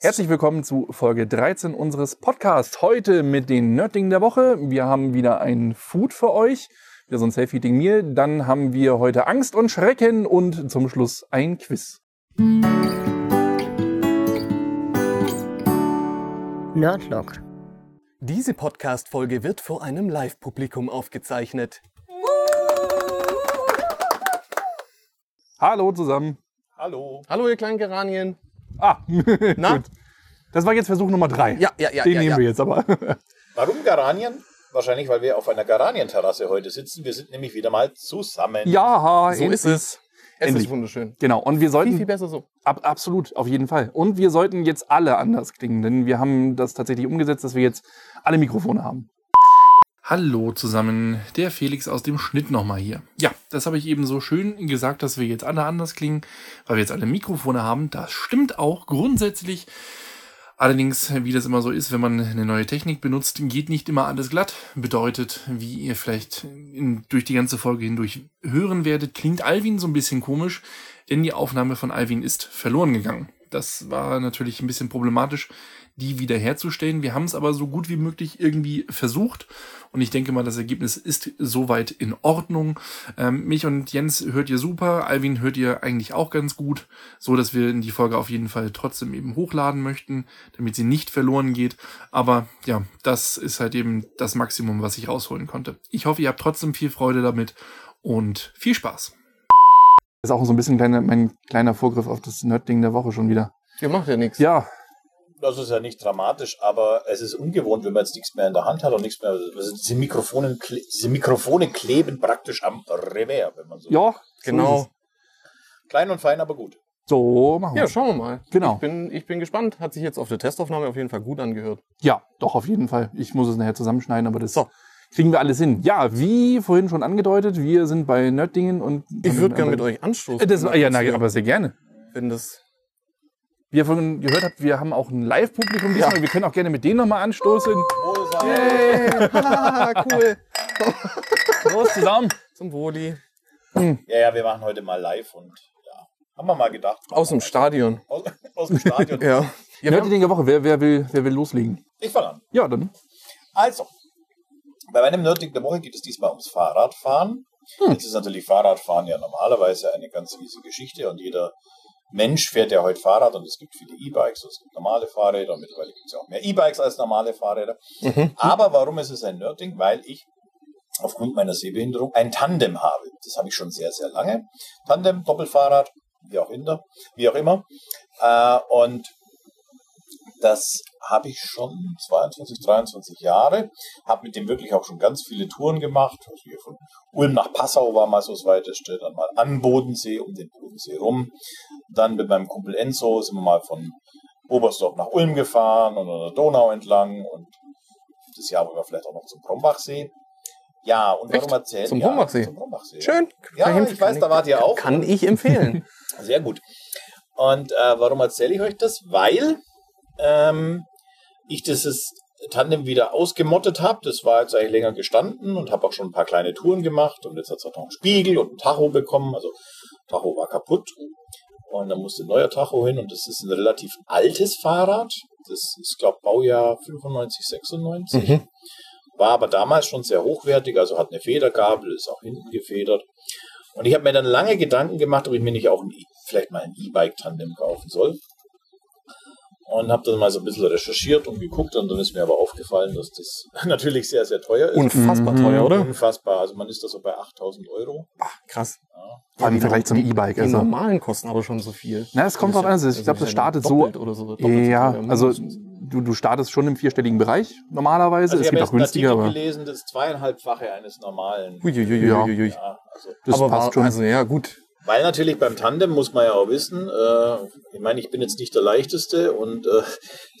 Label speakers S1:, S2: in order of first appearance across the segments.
S1: Herzlich willkommen zu Folge 13 unseres Podcasts. Heute mit den Nerdingen der Woche. Wir haben wieder ein Food für euch. Wieder so ein Self-Eating Meal. Dann haben wir heute Angst und Schrecken und zum Schluss ein Quiz.
S2: Nerdlock.
S3: Diese Podcast-Folge wird vor einem Live-Publikum aufgezeichnet.
S1: Hallo zusammen.
S4: Hallo.
S3: Hallo, ihr kleinen Geranien.
S1: Ah,
S3: Na?
S1: gut. Das war jetzt Versuch Nummer drei.
S3: Ja, ja, ja,
S1: Den
S3: ja,
S1: nehmen
S3: ja.
S1: wir jetzt aber.
S4: Warum Garanien? Wahrscheinlich, weil wir auf einer Garanienterrasse heute sitzen. Wir sind nämlich wieder mal zusammen.
S1: ja,
S3: So ist es. Es
S1: Endlich.
S3: ist wunderschön.
S1: Genau. Und wir sollten
S3: Viel, viel besser so.
S1: Ab, absolut, auf jeden Fall. Und wir sollten jetzt alle anders klingen, denn wir haben das tatsächlich umgesetzt, dass wir jetzt alle Mikrofone haben. Hallo zusammen, der Felix aus dem Schnitt nochmal hier. Ja, das habe ich eben so schön gesagt, dass wir jetzt alle anders klingen, weil wir jetzt alle Mikrofone haben. Das stimmt auch grundsätzlich. Allerdings, wie das immer so ist, wenn man eine neue Technik benutzt, geht nicht immer alles glatt. Bedeutet, wie ihr vielleicht in, durch die ganze Folge hindurch hören werdet, klingt Alvin so ein bisschen komisch, denn die Aufnahme von Alvin ist verloren gegangen. Das war natürlich ein bisschen problematisch, die wiederherzustellen. Wir haben es aber so gut wie möglich irgendwie versucht und ich denke mal, das Ergebnis ist soweit in Ordnung. Ähm, mich und Jens hört ihr super, Alvin hört ihr eigentlich auch ganz gut, so dass wir die Folge auf jeden Fall trotzdem eben hochladen möchten, damit sie nicht verloren geht. Aber ja, das ist halt eben das Maximum, was ich rausholen konnte. Ich hoffe, ihr habt trotzdem viel Freude damit und viel Spaß. Das ist auch so ein bisschen kleiner, mein kleiner Vorgriff auf das Nerd-Ding der Woche schon wieder.
S3: Ihr macht ja nichts.
S1: Ja,
S4: Das ist ja nicht dramatisch, aber es ist ungewohnt, wenn man jetzt nichts mehr in der Hand hat und nichts mehr. Also diese, Mikrofone, kle- diese Mikrofone kleben praktisch am Revers, wenn man so.
S1: ja,
S3: genau.
S4: Klein und fein, aber gut.
S1: So machen wir
S3: Ja, schauen wir mal.
S1: Genau.
S3: Ich bin, ich bin gespannt. Hat sich jetzt auf der Testaufnahme auf jeden Fall gut angehört.
S1: Ja, doch, auf jeden Fall. Ich muss es nachher zusammenschneiden, aber das
S3: So.
S1: kriegen wir alles hin. Ja, wie vorhin schon angedeutet, wir sind bei Nördingen und.
S3: Ich würde gerne mit
S1: aber-
S3: euch anstoßen.
S1: Äh, Das, ja, na,
S3: Wenn-
S1: aber sehr gerne.
S3: Wenn das.
S1: Wie ihr vorhin gehört habt, wir haben auch ein Live-Publikum diesmal. Wir können auch gerne mit denen nochmal anstoßen.
S4: Wohlsein.
S3: Haha, cool.
S1: Los zusammen.
S3: Zum Wohli.
S4: Ja, ja, wir machen heute mal live und ja. Haben wir mal gedacht.
S3: Aus dem Stadion.
S4: Aus, aus dem Stadion.
S3: Ja. ja wir haben,
S1: Nördingen der Woche, wer, wer, will, wer will loslegen?
S4: Ich fange an.
S1: Ja, dann.
S4: Also, bei meinem Nerding der Woche geht es diesmal ums Fahrradfahren. Jetzt ist natürlich Fahrradfahren ja normalerweise eine ganz riesige Geschichte und jeder Mensch fährt ja heute Fahrrad und es gibt viele E-Bikes, und es gibt normale Fahrräder und mittlerweile gibt es ja auch mehr E-Bikes als normale Fahrräder. Aber warum ist es ein Nerding? Weil ich aufgrund meiner Sehbehinderung ein Tandem habe. Das habe ich schon sehr, sehr lange. Tandem, Doppelfahrrad, wie auch immer. Wie auch immer. Äh, und das habe ich schon 22, 23 Jahre. Habe mit dem wirklich auch schon ganz viele Touren gemacht. Also hier von Ulm nach Passau war mal so das weiteste. Dann mal an Bodensee, um den Bodensee rum. Dann mit meinem Kumpel Enzo sind wir mal von Oberstdorf nach Ulm gefahren und an der Donau entlang. Und das Jahr waren wir vielleicht auch noch zum Brombachsee. Ja, und warum
S3: Echt?
S4: erzählen?
S3: Zum
S4: ja,
S3: Brombachsee?
S4: Zum Brombachsee.
S3: schön.
S4: Ja,
S3: Kann
S4: ich weiß, da wart ihr auch.
S3: Kann ich empfehlen.
S4: Sehr gut. Und äh, warum erzähle ich euch das? Weil ähm, ich dieses Tandem wieder ausgemottet habe. Das war jetzt eigentlich länger gestanden und habe auch schon ein paar kleine Touren gemacht. Und jetzt hat es auch noch einen Spiegel und ein Tacho bekommen. Also Tacho war kaputt. Und dann musste ein neuer Tacho hin. Und das ist ein relativ altes Fahrrad. Das ist, glaube ich, Baujahr 95, 96.
S3: Mhm.
S4: War aber damals schon sehr hochwertig. Also hat eine Federgabel, ist auch hinten gefedert. Und ich habe mir dann lange Gedanken gemacht, ob ich mir nicht auch ein, E- vielleicht mal ein E-Bike-Tandem kaufen soll. Und habe dann mal so ein bisschen recherchiert und geguckt und dann ist mir aber aufgefallen, dass das natürlich sehr, sehr teuer ist.
S3: Unfassbar
S1: Mhm.
S3: teuer, oder?
S4: Unfassbar. Also man ist da so bei 8000 Euro.
S3: Krass.
S1: Vor allem im Vergleich zum E-Bike.
S3: Die
S1: Also.
S3: normalen kosten aber schon so viel.
S1: Na, es kommt
S3: Das
S1: drauf
S3: ist
S1: an.
S3: ja-
S1: Also ich glaube,
S3: ist
S1: das
S3: ja
S1: startet so.
S3: doppelt oder so. doppelt so
S1: Ja,
S3: teuer
S1: also
S3: mindestens.
S1: du, du startest schon im vierstelligen Bereich normalerweise.
S4: Also ich
S1: es
S4: habe
S1: gibt
S4: jetzt
S1: auch günstiger,
S4: Artikel
S1: aber
S4: gelesen, das ist zweieinhalbfache eines normalen.
S3: Uiuiuiuiui.
S4: Ja, also
S1: das
S3: aber
S1: passt
S3: war,
S1: schon.
S3: Also ja, gut.
S4: Weil natürlich beim Tandem muss man ja auch wissen, äh, ich meine, ich bin jetzt nicht der Leichteste und äh,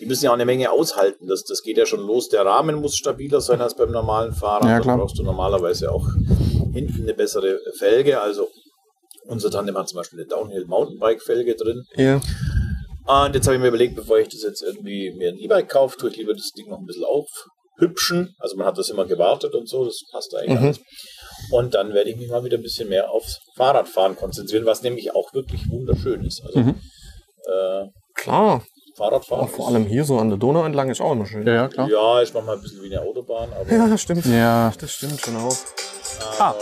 S4: die müssen ja auch eine Menge aushalten. Das, das geht ja schon los. Der Rahmen muss stabiler sein als beim normalen Fahrrad.
S3: Ja, klar.
S4: Dann brauchst du normalerweise auch hinten eine bessere Felge. Also unser Tandem hat zum Beispiel eine Downhill Mountainbike Felge drin.
S3: Ja.
S4: Und jetzt habe ich mir überlegt, bevor ich das jetzt irgendwie mir ein E-Bike kaufe, tue ich lieber das Ding noch ein bisschen aufhübschen. Also man hat das immer gewartet und so, das passt eigentlich alles. Und dann werde ich mich mal wieder ein bisschen mehr aufs Fahrradfahren konzentrieren, was nämlich auch wirklich wunderschön ist. Also, äh,
S3: Klar.
S4: Fahrradfahren.
S2: Auch vor allem hier so an der Donau entlang ist auch immer schön.
S1: Ja, ja,
S4: Ist,
S1: klar.
S4: ja, ist manchmal ein bisschen wie eine Autobahn, aber.
S2: Ja, stimmt.
S1: Ja,
S2: Das stimmt schon auch.
S1: Ah.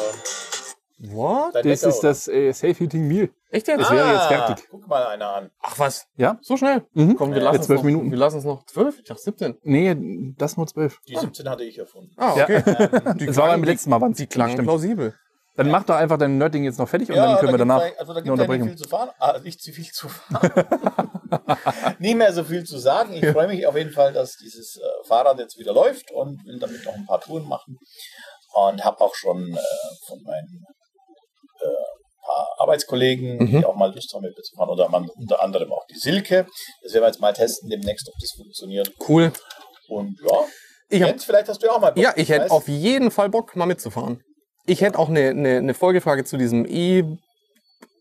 S2: What?
S4: dein
S1: das
S4: Neckar-
S1: ist das äh, Self-Heating Meal.
S2: Echt jetzt?
S4: Ah.
S1: Das wäre jetzt fertig.
S4: Guck mal einer an.
S2: Ach was?
S1: Ja?
S2: So schnell?
S1: Mhm.
S2: Komm, wir
S4: Ja,
S2: lassen
S1: jetzt zwölf
S2: es noch,
S1: Minuten.
S2: Wir lassen es noch zwölf? Ich dachte 17.
S1: Nee, das nur zwölf.
S4: Die 17 hatte ich erfunden.
S2: Ah,
S1: Ja.
S2: okay. Die
S1: Das war
S2: klangen-
S1: beim letzten Mal, waren
S2: Die klangen plausibel.
S1: Dann mach doch einfach dein Nerdding jetzt noch fertig und dann können wir
S4: da
S1: danach.
S4: gibt's eigentlich- Also da
S1: eine
S4: gibt es nicht
S1: Unterbrechung.
S4: viel zu fahren. Ah, nicht zu viel zu fahren. nicht mehr so viel zu sagen. Ich freue mich auf jeden Fall, dass dieses äh, Fahrrad jetzt wieder läuft und will damit noch ein paar Touren machen. Und habe auch schon äh, von meinen äh, paar Arbeitskollegen,
S1: Mhm.
S4: die auch mal Lust haben, mit mir zu fahren, oder man, unter anderem auch die Silke. Das werden wir jetzt mal testen demnächst, ob das funktioniert.
S2: Cool.
S4: Und ja,
S2: Ich hab,
S4: Jens, vielleicht hast du ja auch mal Bock.
S2: ja, ich hätte
S4: weiß.
S2: auf jeden Fall Bock, mal mitzufahren. Ich hätte auch eine, eine, eine Folgefrage zu diesem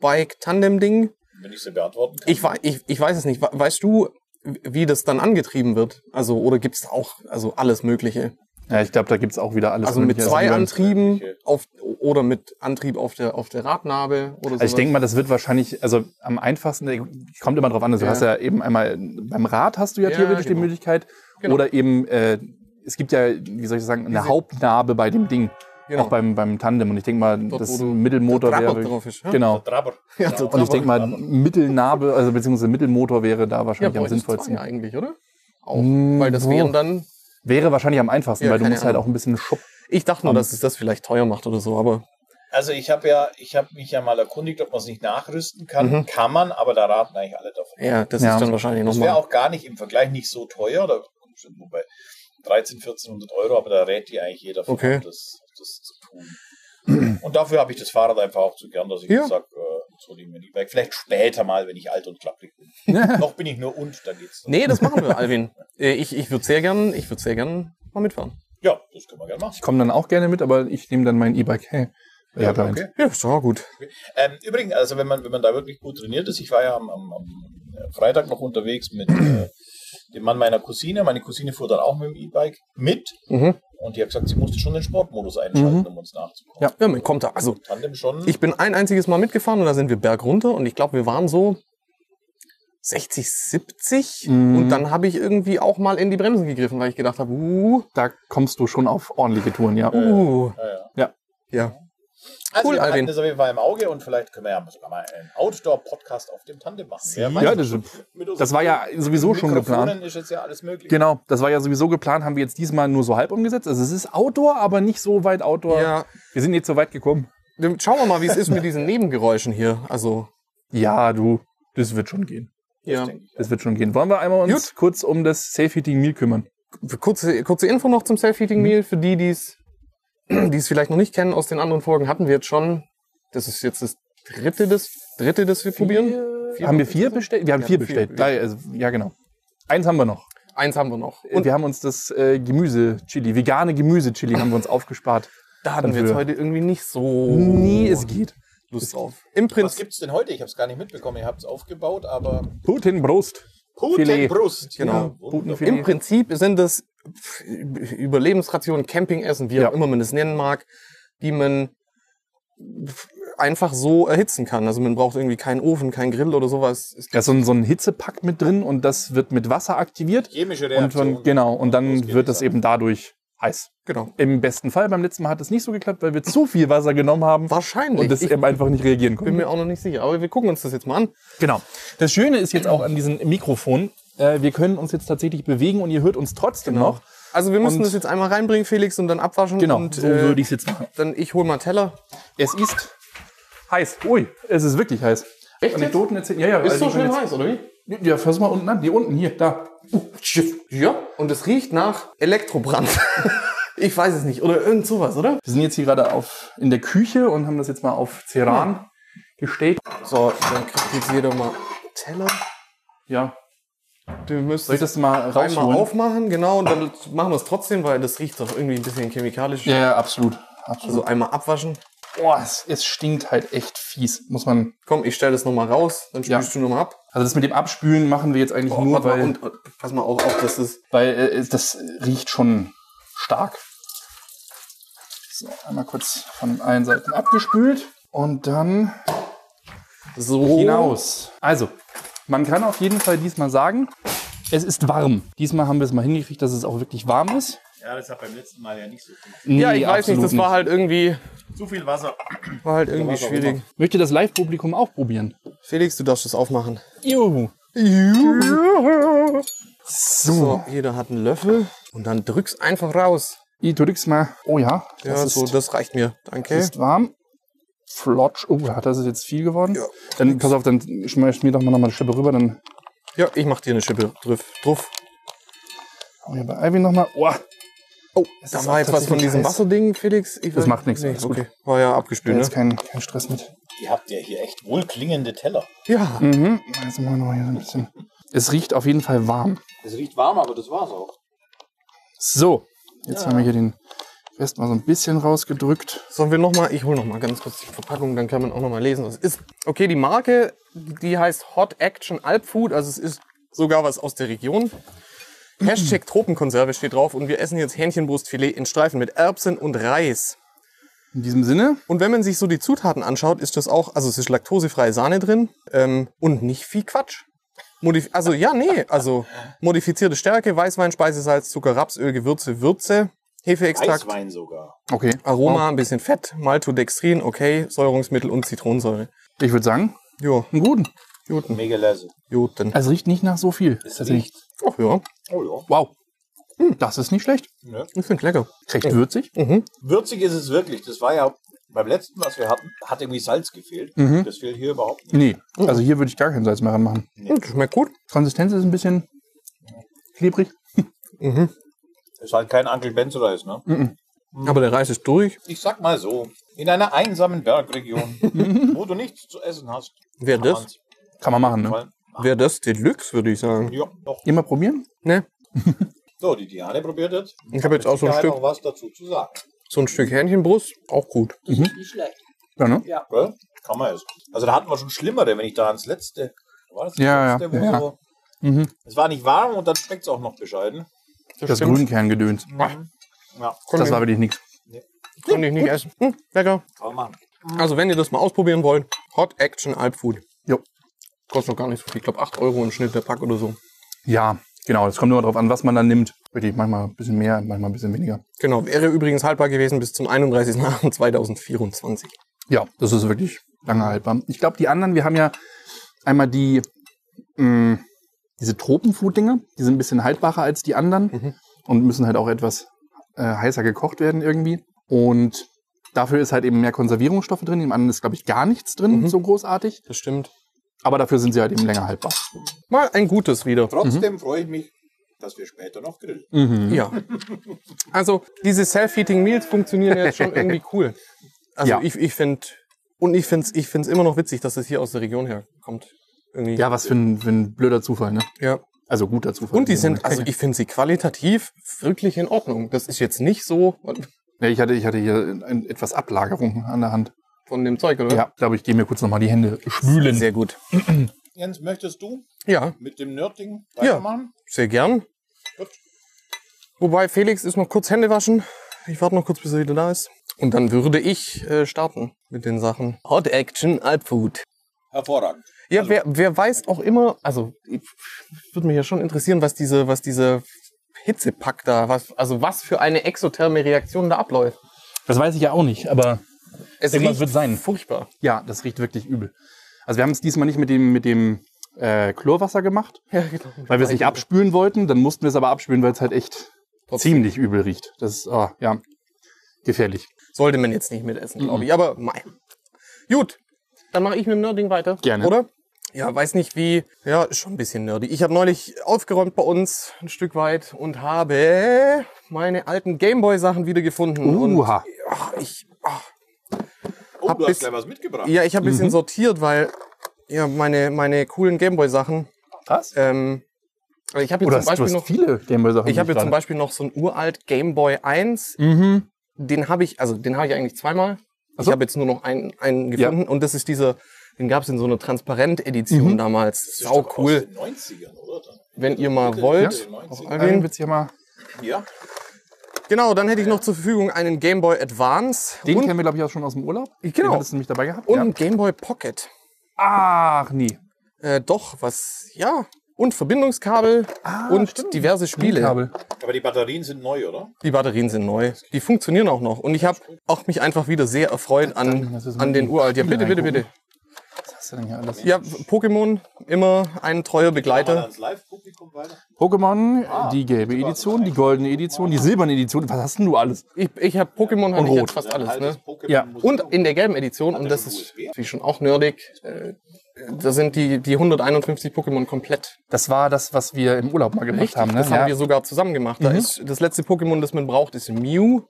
S2: E-Bike-Tandem-Ding.
S4: Wenn ich sie beantworten kann.
S2: Ich, wei- ich, ich weiß es nicht. We- Weißt du, wie das dann angetrieben wird? Also, oder gibt es auch also alles Mögliche?
S1: Ja, ich glaube, da gibt es auch wieder alles.
S2: Also mit
S1: Mögliche.
S2: zwei
S1: wir-
S2: Antrieben
S4: Okay.
S2: auf, oder mit Antrieb auf der, auf der Radnabe oder so.
S1: Also ich denke mal, das wird wahrscheinlich, also am einfachsten, äh, kommt immer drauf an, also
S2: Ja.
S1: du hast ja eben einmal, beim Rad hast du ja,
S2: Ja,
S1: theoretisch
S2: genau.
S1: die Möglichkeit,
S2: Genau.
S1: oder eben, äh, es gibt ja, wie soll ich sagen, eine
S2: Diese-
S1: Hauptnarbe bei dem Ding,
S2: Genau.
S1: auch beim, beim Tandem und ich denke mal,
S2: Dort, wo
S1: das
S2: du-
S1: Mittelmotor
S2: der Trapper
S1: wäre,
S2: drauf ist, ja?
S1: genau,
S4: Trabber.
S2: Ja, so
S1: und ich denke mal,
S4: Trabber.
S1: Mittelnarbe, also beziehungsweise Mittelmotor wäre da
S2: ja,
S1: wahrscheinlich am
S2: bräuchte es
S1: sinnvollsten.
S2: zwei eigentlich, oder? Auch,
S1: Mm,
S2: weil das
S1: so.
S2: wären dann
S1: Wäre wahrscheinlich am einfachsten,
S2: Ja,
S1: weil du
S2: keine
S1: musst halt
S2: Ahnung.
S1: auch ein bisschen Schub.
S2: Ich dachte nur,
S1: Ähm,
S2: dass es das vielleicht teuer macht oder so, aber
S4: Also ich habe ja, ich habe mich ja mal erkundigt, ob man es nicht nachrüsten kann.
S2: Mhm.
S4: Kann man, aber da raten eigentlich alle davon.
S2: ja, das
S1: Ja.
S2: ist dann wahrscheinlich
S4: Das wäre
S2: nochmal.
S4: auch gar nicht im Vergleich nicht so teuer. Da kommt schon nur bei 13, 1400 Euro, aber da rät dir eigentlich jeder von,
S2: Okay.
S4: ab, das, das zu tun. Und dafür habe ich das Fahrrad einfach auch zu gern, dass ich
S2: Ja.
S4: sage, äh, so nehmen wir die weg. Vielleicht später mal, wenn ich alt und klapprig bin. Noch bin ich nur und, dann geht's.
S2: Nee, das machen wir, Alvin. Äh, Ich, ich würde sehr gern, ich würde sehr gern mal mitfahren.
S4: Ja, das können wir gerne machen.
S1: Ich komme dann auch gerne mit, aber ich nehme dann mein E-Bike. Hey, ich hab da eins.
S2: Ja, ist doch auch gut.
S4: Ähm, übrigens, also wenn man, wenn man da wirklich gut trainiert ist, ich war ja am, am, am Freitag noch unterwegs mit äh, dem Mann meiner Cousine. Meine Cousine fuhr dann auch mit dem E-Bike mit
S2: Mhm.
S4: und die hat gesagt, sie musste schon den Sportmodus
S1: Mhm.
S4: einschalten, um uns nachzukommen.
S2: Ja, man kommt da. Also,
S4: Tandem schon.
S2: ich bin ein einziges Mal mitgefahren und da sind wir bergunter und ich glaube, wir waren so 60, 70
S1: Mhm.
S2: und dann habe ich irgendwie auch mal in die Bremsen gegriffen, weil ich gedacht habe, uh,
S1: Da kommst du schon auf ordentliche Touren, ja.
S2: uh.
S4: ja, ja.
S2: Ja.
S4: Also
S2: Cool,
S4: wir halten
S2: Alvin.
S4: das auf jeden Fall im Auge und vielleicht können wir ja sogar mal einen Outdoor-Podcast auf dem Tandem machen. Wer weiß,
S1: Ja, das,
S4: mit unseren
S1: das war ja sowieso schon
S4: Mikrofonen
S1: geplant.
S4: ist jetzt ja alles möglich.
S1: Genau, das war ja sowieso geplant, haben wir jetzt diesmal nur so halb umgesetzt. Also es ist Outdoor, aber nicht so weit Outdoor.
S2: Ja.
S1: Wir sind nicht so weit gekommen.
S2: Dann Schauen wir mal, wie es ist mit diesen Nebengeräuschen hier. Also,
S1: Ja, du, das wird schon gehen.
S2: ja.
S4: denke ich.
S1: Das wird schon gehen. Wollen wir einmal uns kurz um das Safe-Heating Meal kümmern?
S2: kurze, kurze Info noch zum
S1: Mhm.
S2: Self-Heating-Meal. Für die, die es die es vielleicht noch nicht kennen aus den anderen Folgen, hatten wir jetzt schon, das ist jetzt das dritte, das dritte, das wir probieren.
S1: haben wir vier bestellt? Wir haben
S2: Ja,
S1: vier
S2: vier,
S1: bestellt.
S2: ja.
S1: Drei, also, ja, genau. Eins haben wir noch.
S2: Eins haben wir noch.
S1: Und wir haben uns das äh, Gemüse-Chili, vegane Gemüse-Chili haben wir uns aufgespart.
S2: da hatten wir jetzt
S1: dafür.
S2: heute irgendwie nicht so
S1: Nee, es geht.
S2: Lust drauf. Im
S4: Was
S2: Prinzip,
S4: gibt's denn heute? Ich habe es gar nicht mitbekommen. Ihr habt es aufgebaut, aber
S1: Putin-Brust.
S4: Putenbrust.
S2: Genau.
S4: Ja, wunderbar.
S1: Putenfilet.
S2: im Prinzip sind das pf, Überlebensrationen, Campingessen, wie
S1: Ja.
S2: auch immer man es nennen mag, die man pf, einfach so erhitzen kann. Also man braucht irgendwie keinen Ofen, keinen Grill oder sowas. Es
S1: Da ist so ein, so ein Hitzepack mit drin und das wird mit Wasser aktiviert.
S4: Chemische
S1: Und
S4: Reaktion.
S1: dann, genau, und dann
S4: Losgeht
S1: wird das
S4: die Sache.
S1: eben dadurch heiß.
S2: Genau.
S1: Im besten Fall, beim letzten Mal hat es nicht so geklappt, weil wir zu viel Wasser genommen haben
S2: Wahrscheinlich.
S1: und das
S2: ich
S1: eben einfach nicht reagieren
S2: bin
S1: konnte.
S2: mir auch noch nicht sicher, aber wir gucken uns das jetzt mal an.
S1: Genau. Das Schöne ist jetzt auch an diesem Mikrofon, äh, wir können uns jetzt tatsächlich bewegen und ihr hört uns trotzdem noch.
S2: Also wir müssen
S1: Genau. Und-
S2: das jetzt einmal reinbringen, Felix, und dann abwaschen.
S1: Genau,
S2: und,
S1: so
S2: äh,
S1: würde ich es jetzt machen.
S2: Dann ich hole mal einen Teller.
S1: Es ist heiß. Ui, es ist wirklich heiß.
S2: Echt jetzt?
S1: Anekdoten erzählen. Ja, ja, also ich bin jetzt-
S2: heiß, oder wie?
S1: Ja, fass mal unten an. Hier unten, hier, da. Uh,
S2: Ja, und es riecht nach Elektrobrand. ich weiß es nicht, oder irgend sowas, oder?
S1: Wir sind jetzt hier gerade auf, in der Küche und haben das jetzt mal auf Ceran gestellt.
S2: So, dann kriegt jetzt jeder mal einen Teller.
S1: Ja,
S2: Du
S1: soll ich
S2: müsstest
S1: das mal
S2: einmal
S1: rausholen?
S2: aufmachen, genau, und dann machen wir es trotzdem, weil das riecht doch irgendwie ein bisschen chemikalisch.
S1: Ja, ja, absolut. absolut.
S2: Also einmal abwaschen.
S1: Boah, es, es stinkt halt echt fies, muss man.
S2: Komm, ich stelle das nochmal raus, dann
S1: Ja.
S2: spülst du nochmal ab.
S1: Also das mit dem Abspülen machen wir jetzt eigentlich
S2: Oh,
S1: nur,
S2: warte mal,
S1: weil,
S2: und, und pass mal auch auf, dass es
S1: weil äh, es- das riecht schon stark. So, einmal kurz von allen Seiten abgespült und dann
S2: so
S1: Genau,
S4: Oh.
S1: hinaus. Also, man kann auf jeden Fall diesmal sagen, Es ist warm. Diesmal haben wir es mal hingekriegt, dass es auch wirklich warm ist.
S4: Ja, das hat beim letzten Mal ja nicht so viel.
S2: ja,
S1: Nee,
S2: ich weiß nicht,
S1: absolut
S2: das war halt irgendwie,
S4: Zu viel Wasser.
S2: war halt irgendwie
S4: war's auch
S2: schwierig.
S4: immer.
S1: Möchte das Live-Publikum auch probieren?
S2: Felix, du darfst es aufmachen.
S1: Juhu.
S2: So, jeder hat einen Löffel und dann drückst einfach raus.
S1: Ich drück's mal. Oh ja, das
S2: Ja,
S1: ist,
S2: so, das reicht mir. Danke.
S1: ist warm. Flotsch. Oh, ja, das ist jetzt viel geworden.
S2: Ja.
S1: Dann pass auf, dann schmeiß mir doch mal nochmal eine Schippe rüber. Dann
S2: Ja, ich mach dir eine Schippe drauf. drauf.
S1: hau hier bei Ivy nochmal. Oh,
S2: Oh,
S1: Es
S2: da
S1: ist
S2: war
S1: auch
S2: jetzt was von
S1: tatsächlich
S2: diesem
S1: heiß.
S2: Wasserding, Felix. Ich
S1: Das
S2: weiß-
S1: macht nichts,
S2: Nee,
S1: alles
S2: okay. War ja abgespült,
S1: jetzt
S2: ne?
S1: kein, kein Stress mit.
S4: Ihr habt ja hier echt wohl klingende Teller.
S2: Ja.
S1: Mhm. Jetzt machen wir noch hier so ein bisschen. Es riecht auf jeden Fall warm.
S4: Es riecht warm, aber das war's auch.
S1: So, jetzt haben wir hier den Rest mal so ein bisschen rausgedrückt.
S2: Sollen wir nochmal, ich hole nochmal ganz kurz die Verpackung, dann kann man auch nochmal lesen, was es ist. Okay, die Marke, die heißt Hot Action Alp Food, also es ist sogar was aus der Region. Hashtag Tropenkonserve steht drauf und wir essen jetzt Hähnchenbrustfilet in Streifen mit Erbsen und Reis.
S1: In diesem Sinne,
S2: Und wenn man sich so die Zutaten anschaut, ist das auch, also es ist laktosefreie Sahne drin ähm, und nicht viel Quatsch. Modif also ja, nee, also modifizierte Stärke, Weißwein, Speisesalz, Zucker, Rapsöl, Gewürze, Würze, Hefeextrakt,
S4: Eiswein sogar.
S1: okay.
S2: Aroma, ein bisschen Fett, Maltodextrin, okay, Säurungsmittel und Zitronensäure.
S1: Ich würde sagen,
S2: Jo,
S1: einen guten.
S2: Juten.
S4: Mega leise.
S2: Juten.
S1: Also riecht nicht nach so viel.
S4: Es
S2: Also
S1: Tatsächlich.
S2: Ach ja,
S4: Oh ja.
S1: Wow. Hm, Das ist nicht schlecht.
S4: Ne?
S2: ich finde lecker.
S1: Recht würzig.
S4: Würzig ist es wirklich. Das war ja beim letzten, was wir hatten, hat irgendwie Salz gefehlt.
S2: Mhm.
S4: Das fehlt hier überhaupt nicht.
S1: Nee, also hier würde ich gar kein Salz mehr ranmachen.
S2: Hm, schmeckt gut.
S1: Konsistenz ist ein bisschen klebrig.
S4: Ist halt kein Uncle Ben's Reis, ne?
S2: Mhm. Aber der Reis ist durch.
S4: Ich sag mal so, in einer einsamen Bergregion, wo du nichts zu essen hast.
S2: Wer
S4: kann
S2: das?
S4: man's
S1: Kann man machen,
S4: auf
S1: ne?
S4: jeden Fall machen.
S2: Wäre das Deluxe, würde ich sagen.
S4: Ja, doch.
S1: Immer probieren?
S2: Ne?
S4: So, die Diane probiert jetzt.
S2: Ich habe jetzt auch so ein
S4: Sicherheit
S2: Stück,
S4: noch was dazu zu sagen.
S2: so ein Stück Hähnchenbrust, auch gut.
S5: Nicht schlecht.
S1: Ja, ne?
S5: Ja.
S4: Gell? Kann man es. Also da hatten wir schon schlimmere, wenn ich da ans letzte. War das das
S1: Ja,
S4: letzte,
S1: ja, ja.
S4: So,
S1: Mhm.
S4: Es war nicht warm und dann schmeckt es auch noch bescheiden. Mhm.
S1: Das
S2: stimmt.
S1: Grünkern-Gedöns.
S4: Ja,
S1: Das war wirklich nichts.
S2: Konnte ich nicht essen. Hm, lecker.
S4: kann man machen.
S2: Also, wenn ihr das mal ausprobieren wollt, Hot Action Alpfood.
S1: Jo.
S2: Kostet noch gar nicht so viel. Ich glaube, 8 Euro im Schnitt der Pack oder so.
S1: Ja, genau. Es kommt immer darauf an, was man dann nimmt. Wirklich, manchmal ein bisschen mehr, manchmal ein bisschen weniger.
S2: Genau. Wäre übrigens haltbar gewesen bis zum 31.08.2024.
S1: Ja, das ist wirklich lange haltbar. Ich glaube, die anderen, wir haben ja einmal die, mh, diese Tropenfood-Dinger, die sind ein bisschen haltbarer als die anderen und müssen halt auch etwas äh, heißer gekocht werden irgendwie. Und dafür ist halt eben mehr Konservierungsstoffe drin. Im anderen ist, glaube ich, gar nichts drin,
S2: Mhm.
S1: so großartig.
S2: Das stimmt.
S1: Aber dafür sind sie halt eben länger haltbar.
S2: Mal ein gutes wieder.
S4: Trotzdem freue ich mich, dass wir später noch grillen.
S2: Ja. Also, diese Self-Eating Meals funktionieren jetzt schon irgendwie cool. Also,
S1: Ja.
S2: ich, ich finde, und ich finde es ich find's immer noch witzig, dass es hier aus der Region herkommt. Irgendwie.
S1: Ja, was für ein, für ein blöder Zufall, ne?
S2: ja.
S1: Also guter Zufall.
S2: Und die sind, also ich finde sie qualitativ wirklich in Ordnung. Das ist jetzt nicht so
S1: Ja, ich, hatte, ich hatte hier ein, etwas Ablagerung an der Hand.
S2: von dem Zeug, oder?
S1: Ja, ich glaube, ich gehe mir kurz nochmal die Hände schwülen.
S2: Sehr gut.
S4: Jens, möchtest du
S2: Ja,
S4: mit dem Nerdding
S2: Ja.
S4: weitermachen?
S2: sehr gern.
S4: Gut.
S2: Wobei Felix ist noch kurz Hände waschen. Ich warte noch kurz, bis er wieder da ist. Und dann würde ich äh, starten mit den Sachen. Hot Action Alpfood.
S4: Hervorragend.
S2: Ja,
S4: Also-
S2: wer, wer weiß auch immer, also ich- würde mich ja schon interessieren, was diese, was diese Hitzepack da, was, also was für eine exotherme Reaktion da abläuft.
S1: Das weiß ich ja auch nicht, aber
S2: Es
S1: Irgendwas wird sein.
S2: furchtbar.
S1: ja, das riecht wirklich übel. Also wir haben es diesmal nicht mit dem, mit dem äh, Chlorwasser gemacht,
S2: Ja, genau.
S1: weil wir es nicht abspülen wollten. Dann mussten wir es aber abspülen, weil es halt echt ziemlich übel riecht. Das ist, ah, ja, gefährlich.
S2: Sollte man jetzt nicht mitessen,
S1: Mhm.
S2: glaube ich. Aber mei. Gut, dann mache ich mit dem Nerding weiter.
S1: Gerne.
S2: Oder? Ja, weiß nicht wie. Ja, ist schon ein bisschen nerdy. Ich habe neulich aufgeräumt bei uns ein Stück weit und habe meine alten Gameboy-Sachen wiedergefunden. Und
S1: Uha.
S2: ach, ich, ach,
S4: Oh,
S2: Hab
S4: du
S2: bis-
S4: hast gleich was mitgebracht.
S2: ja, ich habe ein bisschen
S1: Mhm.
S2: sortiert, weil ja, meine, meine coolen Gameboy-Sachen.
S1: Was?
S2: Ähm, also ich habe
S1: Oder
S2: jetzt,
S1: hast,
S2: zum
S1: du
S2: Beispiel
S1: hast
S2: noch-
S1: viele Gameboy-Sachen.
S2: ich hab
S1: die
S2: jetzt zum
S1: dran-
S2: Beispiel noch so ein uralt Gameboy 1
S1: Mhm.
S2: den habe ich, also den habe ich eigentlich zweimal.
S1: Ach so.
S2: Ich habe jetzt nur noch einen, einen gefunden und das ist dieser, den gab es in so einer
S1: Mhm.
S2: Transparent-Edition damals.
S4: Das ist
S2: Sau
S4: doch Aus
S2: cool.
S4: den 90ern, oder? Dann-
S2: Wenn ihr mal
S4: Mitte-
S2: wollt,
S4: Mitte
S2: auf
S4: 90er.
S1: Ähm,
S2: Alvin.
S1: willst du hier mal,
S4: Ja.
S2: Genau, dann hätte ich noch zur Verfügung einen Game Boy Advance
S1: den
S2: und,
S1: kennen wir, glaube ich, auch schon aus dem Urlaub. Den
S2: Genau.
S1: hattest du nämlich dabei gehabt.
S2: und einen Game Boy Pocket.
S1: ja. Ach, nee.
S2: Äh, doch, was, ja, und Verbindungskabel
S1: Ah,
S2: und diverse Spiele.
S1: Kabel.
S4: Aber die Batterien sind neu, oder?
S2: Die Batterien sind neu. Die funktionieren auch noch. Und ich habe auch mich einfach wieder sehr erfreut an,
S1: lass uns mal
S2: an den
S1: die
S2: uralt. Ja,
S1: Spiele
S2: bitte, bitte, bitte.
S1: reingucken. Was hast du denn hier alles?
S2: Ja, Pokémon, immer ein treuer
S4: Mal
S2: Begleiter.
S4: ans Live-Publikum weiter.
S1: Pokémon, die gelbe Edition, die goldene Edition, die silberne Edition. Was hast denn du alles?
S2: Ich, ich habe Pokémon hab ich
S1: rot.
S2: jetzt fast alles. Ne?
S4: Pokémon
S1: Ja.
S4: Museum.
S2: Und in der gelben Edition, und das ist natürlich schon auch nerdig, äh, da sind die, die 151 Pokémon komplett.
S1: Das war das, was wir im Urlaub mal gemacht haben. Ne? Mhm.
S2: Das haben wir sogar zusammen gemacht. Da ist das letzte Pokémon, das man braucht, ist Mew.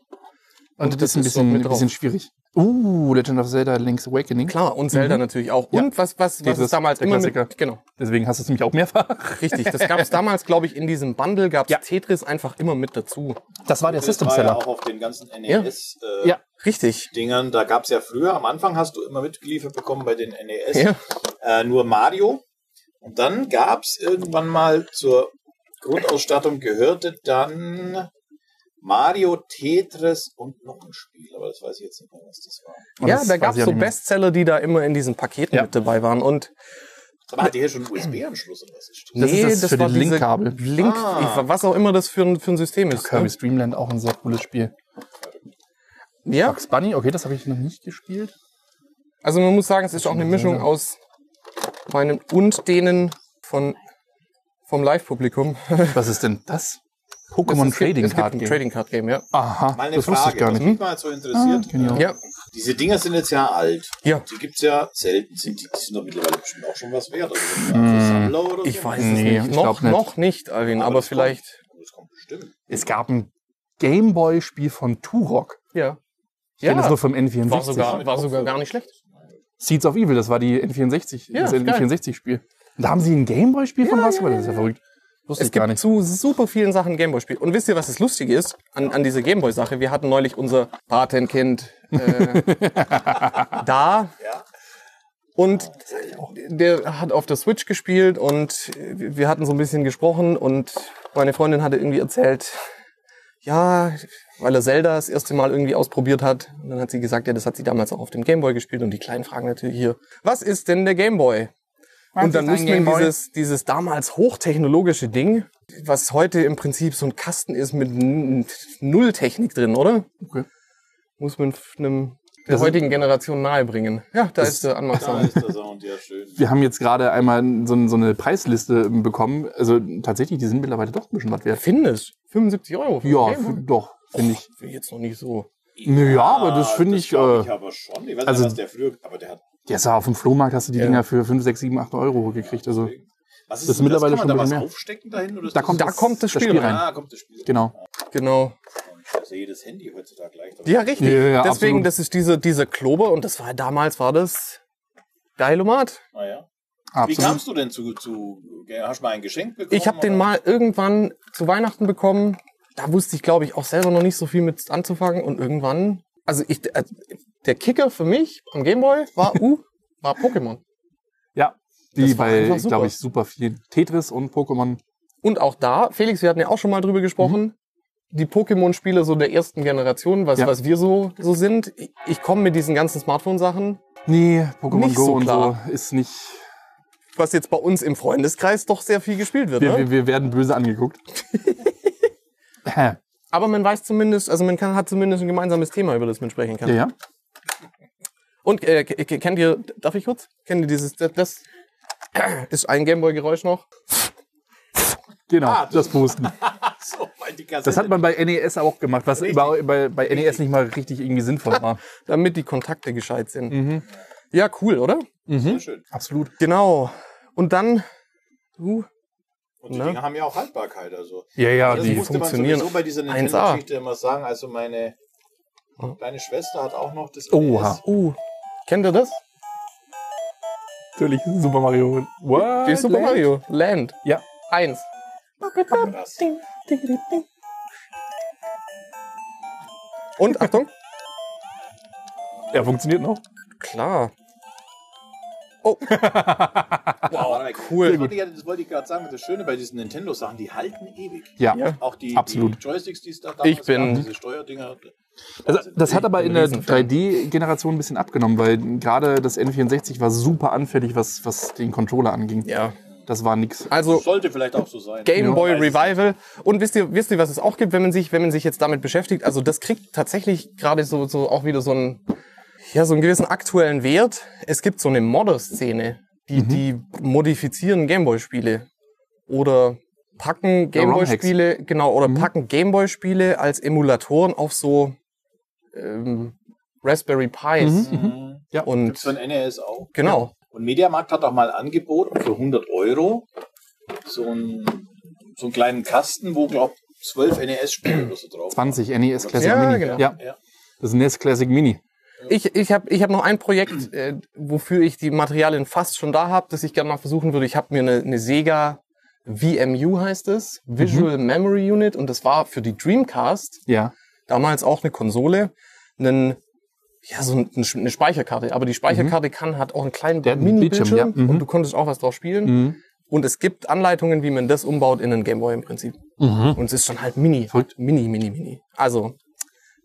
S1: Und, das ist ein
S2: dort
S1: bisschen,
S2: mit
S1: ein
S2: drauf.
S1: bisschen schwierig. Uh, Legend of Zelda Link's Awakening.
S2: Klar, und Zelda natürlich auch. Und was, was, was
S1: Mhm. Dieses,
S2: es damals
S1: der
S2: immer
S1: Klassiker.
S2: mit, genau,
S1: Deswegen hast du es nämlich auch mehrfach.
S2: richtig. Das gab es damals, glaube ich, in diesem Bundle gab es
S1: Ja.
S2: Tetris einfach immer mit dazu.
S1: Das war der
S4: Das
S1: System
S4: war ja
S1: Seller.
S4: auch auf den ganzen E NES-Dingern.
S1: Ja.
S2: Richtig.
S4: Da gab es ja früher, am Anfang hast du immer mitgeliefert bekommen bei den NES,
S2: Ja.
S4: äh, nur Mario. Und dann gab es irgendwann mal zur Grundausstattung gehörte dann Mario, Tetris und noch ein Spiel. Aber das weiß ich jetzt nicht mehr, was das war.
S1: Und
S2: ja,
S1: das
S2: da
S1: weiß
S2: gab
S1: ich
S2: es
S1: auch
S2: so
S1: nicht mehr.
S2: Bestseller, die da immer in diesen Paketen
S1: Ja.
S2: mit dabei waren. Und
S4: Aber hatte hier schon einen USB-Anschluss oder was ist das?
S1: Das ist das für den
S2: diese
S1: Linkkabel. Ah.
S2: Link, ich, was auch immer das für ein, für ein System ist.
S1: Kirby's Dreamland auch ein sehr cooles Spiel.
S2: Ne? Ja,
S1: Bugs Bunny, okay, das habe ich noch nicht gespielt.
S2: also man muss sagen, es ist auch eine Mischung aus meinen und denen von, vom Live-Publikum.
S1: Was ist denn das?
S2: Es-
S1: Pokémon
S2: es gibt-
S1: Trading
S2: es gibt
S1: Card
S2: ein
S1: Game.
S2: Trading Card Game, ja.
S1: Aha,
S4: Mal eine
S1: das
S4: Frage, Hm?
S1: wusste ich gar
S4: was
S1: nicht.
S4: mich mal so interessiert.
S1: genau.
S2: Ja,
S4: Diese Dinger sind jetzt ja alt.
S2: ja.
S4: Die gibt es ja selten. Sind die, die sind doch mittlerweile bestimmt auch schon was wert. Also sind die für Sammler oder so.
S2: Ich weiß
S1: Nee,
S2: es
S1: ich
S2: nicht.
S1: glaub
S2: Noch,
S1: nicht.
S2: noch nicht, Alvin, aber
S4: das
S2: vielleicht.
S4: Kommt, das kommt bestimmt.
S1: Es gab ein Gameboy-Spiel von Turok.
S2: Ja.
S1: Ich kenne das nur vom N64.
S2: war sogar, war sogar gar nicht schlecht.
S1: Seeds of Evil, das war die N64,
S2: Ja,
S1: das
S2: geil.
S1: N64-spiel. Und da haben sie ein Gameboy-Spiel von Basketball? Das ist ja verrückt. Wusste
S2: Es gibt zu super vielen Sachen Gameboy-Spiel. Und wisst ihr, was das Lustige ist an, an dieser Gameboy-Sache? Wir hatten neulich unser Patenkind äh, da.
S4: Ja.
S2: Und der hat auf der Switch gespielt und wir hatten so ein bisschen gesprochen und meine Freundin hatte irgendwie erzählt, ja, weil er Zelda das erste Mal irgendwie ausprobiert hat. Und dann hat sie gesagt, ja, das hat sie damals auch auf dem Gameboy gespielt. Und die kleinen Fragen natürlich hier, was ist denn der Gameboy? Und dann muss man dieses, dieses damals hochtechnologische Ding, was heute im Prinzip so ein Kasten ist mit n- null Technik drin, oder?
S1: Okay.
S2: Muss man f- einem der
S1: Das-
S2: heutigen Generation nahebringen. Ja, da ist der
S4: Da
S2: Anmachsound.
S4: ist der Sound ja schön.
S1: Wir haben jetzt gerade einmal so, ein- so eine Preisliste bekommen. Also tatsächlich, die sind mittlerweile doch ein bisschen was wert.
S2: Findest 75 Euro. für
S1: Ja,
S2: ein Gameboy?
S1: f- doch, finde ich.
S2: Will ich jetzt noch nicht so.
S1: Naja, aber das finde ich.
S4: glaub
S1: Äh,
S4: ich aber schon. Ich weiß
S1: also-
S4: nicht, was der früher. Aber der hat.
S1: Ja, es war auf dem Flohmarkt hast du die
S2: Ja.
S1: Dinger für 5, 6, 7, 8 Euro gekriegt. Also
S4: Was
S1: Das ist
S4: denn
S1: mittlerweile schon
S4: Kann man da
S1: ein
S4: was
S1: bisschen mehr.
S4: aufstecken dahin? Oder ist
S1: da kommt,
S2: Da
S1: das,
S2: kommt das Spiel rein.
S4: Ah, kommt das Spiel.
S1: Genau.
S2: Genau.
S4: Ich sehe das Handy heutzutage leichter.
S2: Ja, richtig.
S1: Ja, ja,
S2: Deswegen,
S1: absolut.
S2: das ist diese, dieser Klober und das war damals war das Dailomat.
S4: Ah, ja. Wie
S1: Absolut.
S4: kamst du denn zu, zu. Hast du mal ein Geschenk bekommen?
S2: Ich habe den
S4: oder?
S2: mal irgendwann zu Weihnachten bekommen. Da wusste ich, glaube ich, auch selber noch nicht so viel mit anzufangen. Und irgendwann, also ich, äh, der Kicker für mich am Gameboy war, uh, war Pokémon.
S1: Ja. Die
S2: Das war
S1: bei,
S2: einfach super.
S1: glaube ich, super vielen. Tetris und Pokémon.
S2: Und auch da, Felix, wir hatten ja auch schon mal drüber gesprochen, die Pokémon-Spiele so der ersten Generation, was,
S1: Mhm. Ja.
S2: was wir so, so sind. Ich, ich komme mit diesen ganzen Smartphone-Sachen,
S1: Nee, Pokémon
S2: Nicht
S1: Go
S2: so
S1: und
S2: klar.
S1: so ist nicht.
S2: was jetzt bei uns im Freundeskreis doch sehr viel gespielt wird.
S1: Wir,
S2: Ne?
S1: wir, wir werden böse angeguckt. Hä?
S2: Aber man weiß zumindest, also man kann, hat zumindest ein gemeinsames Thema, über das man sprechen kann.
S1: ja, ja.
S2: Und äh, k- k- kennt ihr, darf ich kurz? Kennt ihr dieses, das, das ist ein Gameboy-Geräusch noch?
S1: Genau,
S2: Ah.
S1: das Pusten.
S4: So, mein, die Kassette.
S1: Das hat man bei NES auch gemacht, was über, bei, bei NES nicht mal richtig irgendwie sinnvoll war.
S2: Damit die Kontakte gescheit sind.
S1: Mhm.
S2: Ja, cool, oder?
S4: Sehr schön.
S1: Absolut.
S2: Genau. Und dann, uh, du,
S4: Und die
S2: Ne?
S4: Dinger haben ja auch Haltbarkeit. Also.
S1: Ja, ja,
S4: das
S1: Ah, die
S4: musste
S2: funktionieren
S4: man sowieso bei dieser
S2: 1A.
S4: Nintendo-Geschichte immer sagen. Also meine kleine Schwester hat auch noch das
S1: Oha.
S2: uh, kennt ihr das?
S1: natürlich Super Mario. What?
S2: Wie ist Super Mario? Land.
S1: Ja.
S2: Eins.
S4: NES. E Krass.
S2: Und Achtung.
S1: Ja, funktioniert noch.
S2: Klar. Oh. wow,
S4: Das
S2: cool.
S4: wollte ich- Das wollte ich gerade sagen. Das Schöne bei diesen Nintendo-Sachen, die halten ewig.
S1: Ja.
S2: Ja.
S4: Auch die,
S1: Absolut.
S4: die Joysticks, die es da
S2: Ich bin-
S4: gab, diese Steuerdinger.
S1: Das, Also, das hat aber in der
S2: Also Riesenfan.
S1: 3D-Generation ein bisschen abgenommen, weil gerade das N64 war super anfällig, was, was den Controller anging.
S2: Ja.
S1: Das war nix.
S2: Also
S4: Sollte vielleicht auch so sein.
S2: Game
S1: Ja.
S2: Boy
S4: Weiß ich
S2: Revival. Und wisst ihr, wisst ihr, was es auch gibt, wenn man sich, wenn man sich jetzt damit beschäftigt? Also das kriegt tatsächlich gerade so, so auch wieder so einen, ja, so einen gewissen aktuellen Wert. Es gibt so eine Modder-Szene,
S1: Mhm.
S2: die, die modifizieren Gameboy-Spiele. Oder packen
S1: Ja, ROM-Hacks. Mhm.
S2: Gameboy-Spiele, genau, oder packen Gameboy-Spiele als Emulatoren auf so, ähm, Raspberry Pis.
S4: Mhm.
S1: Ja.
S4: Gibt's
S2: Und,
S4: für ein NES auch.
S2: genau.
S4: Und Mediamarkt hat auch mal angeboten für 100 Euro so einen, so einen kleinen Kasten, wo, glaube ich, 12 NES-Spiele E oder so drauf waren.
S1: 20 NES E Classic
S2: Ja,
S1: Mini.
S2: genau.
S1: Ja.
S4: Ja.
S1: Das NES Classic Mini.
S2: Ich, ich habe ich hab noch ein Projekt, äh, wofür ich die Materialien fast schon da habe, das ich gerne mal versuchen würde. Ich habe mir eine, eine Sega VMU heißt es, Visual
S1: Mhm.
S2: Memory Unit, und das war für die Dreamcast
S1: Ja.
S2: damals auch eine Konsole, einen, ja, so ein- eine Speicherkarte. Aber die Speicherkarte kann, hat auch einen kleinen
S1: Mhm. Der hat einen
S2: Mini-Bildschirm
S1: Bildschirm, ja. Mhm.
S2: und du konntest auch was drauf spielen.
S1: Mhm.
S2: Und es gibt Anleitungen, wie man das umbaut in einen Gameboy im Prinzip.
S1: Mhm.
S2: Und es ist schon halt Mini.
S1: Verrückt.
S2: Mini, Mini, Mini. Also,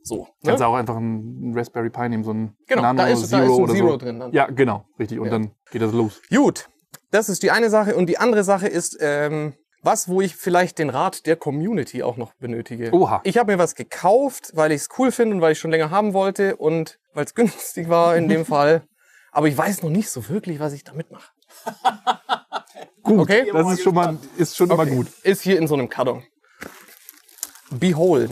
S2: so.
S1: Kannst auch einfach einen Raspberry Pi nehmen, so einen
S2: Genau,
S1: Nano
S2: da ist,
S1: Zero
S2: da ist ein
S1: oder
S2: Zero
S1: so.
S2: drin dann.
S1: Ja, genau, richtig. Und
S2: Ja.
S1: dann geht das los.
S2: Gut, das ist die eine Sache. Und die andere Sache ist, ähm, was, wo ich vielleicht den Rat der Community auch noch benötige.
S1: Oha.
S2: Ich habe mir was gekauft, weil ich es cool finde und weil ich schon länger haben wollte und weil es günstig war in dem Fall. Aber ich weiß noch nicht so wirklich, was ich damit mache.
S1: Gut,
S2: Okay.
S1: das ist schon mal, ist schon mal
S2: Okay.
S1: gut.
S2: Ist hier in so einem Karton. Behold.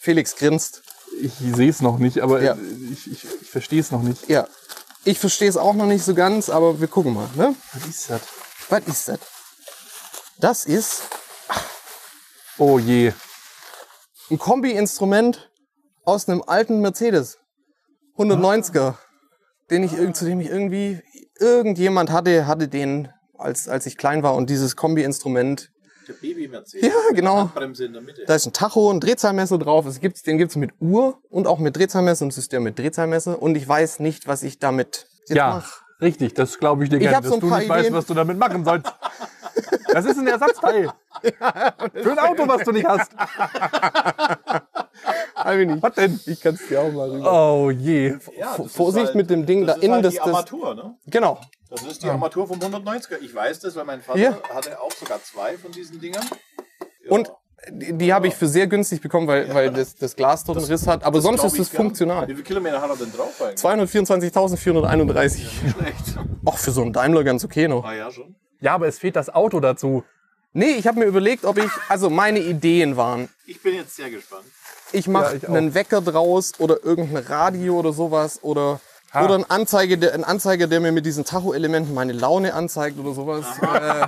S2: Felix grinst.
S1: Ich sehe es noch nicht, aber
S2: Ja.
S1: ich, ich, ich verstehe es noch nicht.
S2: Ja. Ich verstehe es auch noch nicht so ganz, aber wir gucken mal. Ne?
S1: Was ist das?
S2: Was ist das? Das ist
S1: Oh je.
S2: ein Kombi-Instrument aus einem alten Mercedes 190er, den ich irg- zu dem ich irgendwie irgendjemand hatte, hatte den als als ich klein war und dieses Kombi-Instrument.
S4: Der Baby-Mercedes.
S2: Ja,
S4: mit der
S2: genau.
S4: Handbremse in der Mitte.
S2: Da ist ein Tacho, ein Drehzahlmesser drauf. Es gibt's, den gibt's mit Uhr und auch mit Drehzahlmesser und System mit Drehzahlmesser. Und ich weiß nicht, was ich damit jetzt
S1: ja,
S2: mache.
S1: richtig, das glaube ich dir gerne,
S2: hab
S1: dass
S2: so ein
S1: du nicht
S2: paar
S1: weißt,
S2: Ideen.
S1: was du damit machen sollst. Das ist ein Ersatzteil. Für ein Auto, was du nicht hast. Was denn?
S2: Ich kann's dir auch mal rüber.
S1: Oh je.
S4: Ja, das ist
S2: Vorsicht mit dem Ding
S4: das
S2: da
S4: ist
S2: innen,
S4: Halt
S2: dass
S4: die
S2: das-
S4: Armatur, ne?
S2: Genau.
S4: Das ist die Armatur vom 190er. Ich weiß das, weil mein Vater
S2: Ja.
S4: hatte auch sogar zwei von diesen Dingern. Ja.
S2: Und die, die habe ich für sehr günstig bekommen, weil, weil das, das Glas dort einen Riss hat. Aber sonst
S4: Glaub
S2: ist
S4: ich
S2: es
S4: gern.
S2: funktional.
S4: Wie viele Kilometer hat er denn drauf eigentlich?
S2: 224.431.
S4: Echt?
S2: Ach, für so einen Daimler ganz okay noch.
S4: Ah ja, schon.
S1: Ja, aber es fehlt das Auto dazu.
S2: Nee, ich habe mir überlegt, ob ich, also meine Ideen waren,
S4: Ich bin jetzt sehr gespannt.
S2: ich mache
S1: ich auch.
S2: einen Wecker draus oder irgendein Radio oder sowas oder, oder ein, Anzeige, der, ein Anzeiger, der mir mit diesen Tacho-Elementen meine Laune anzeigt oder sowas. äh,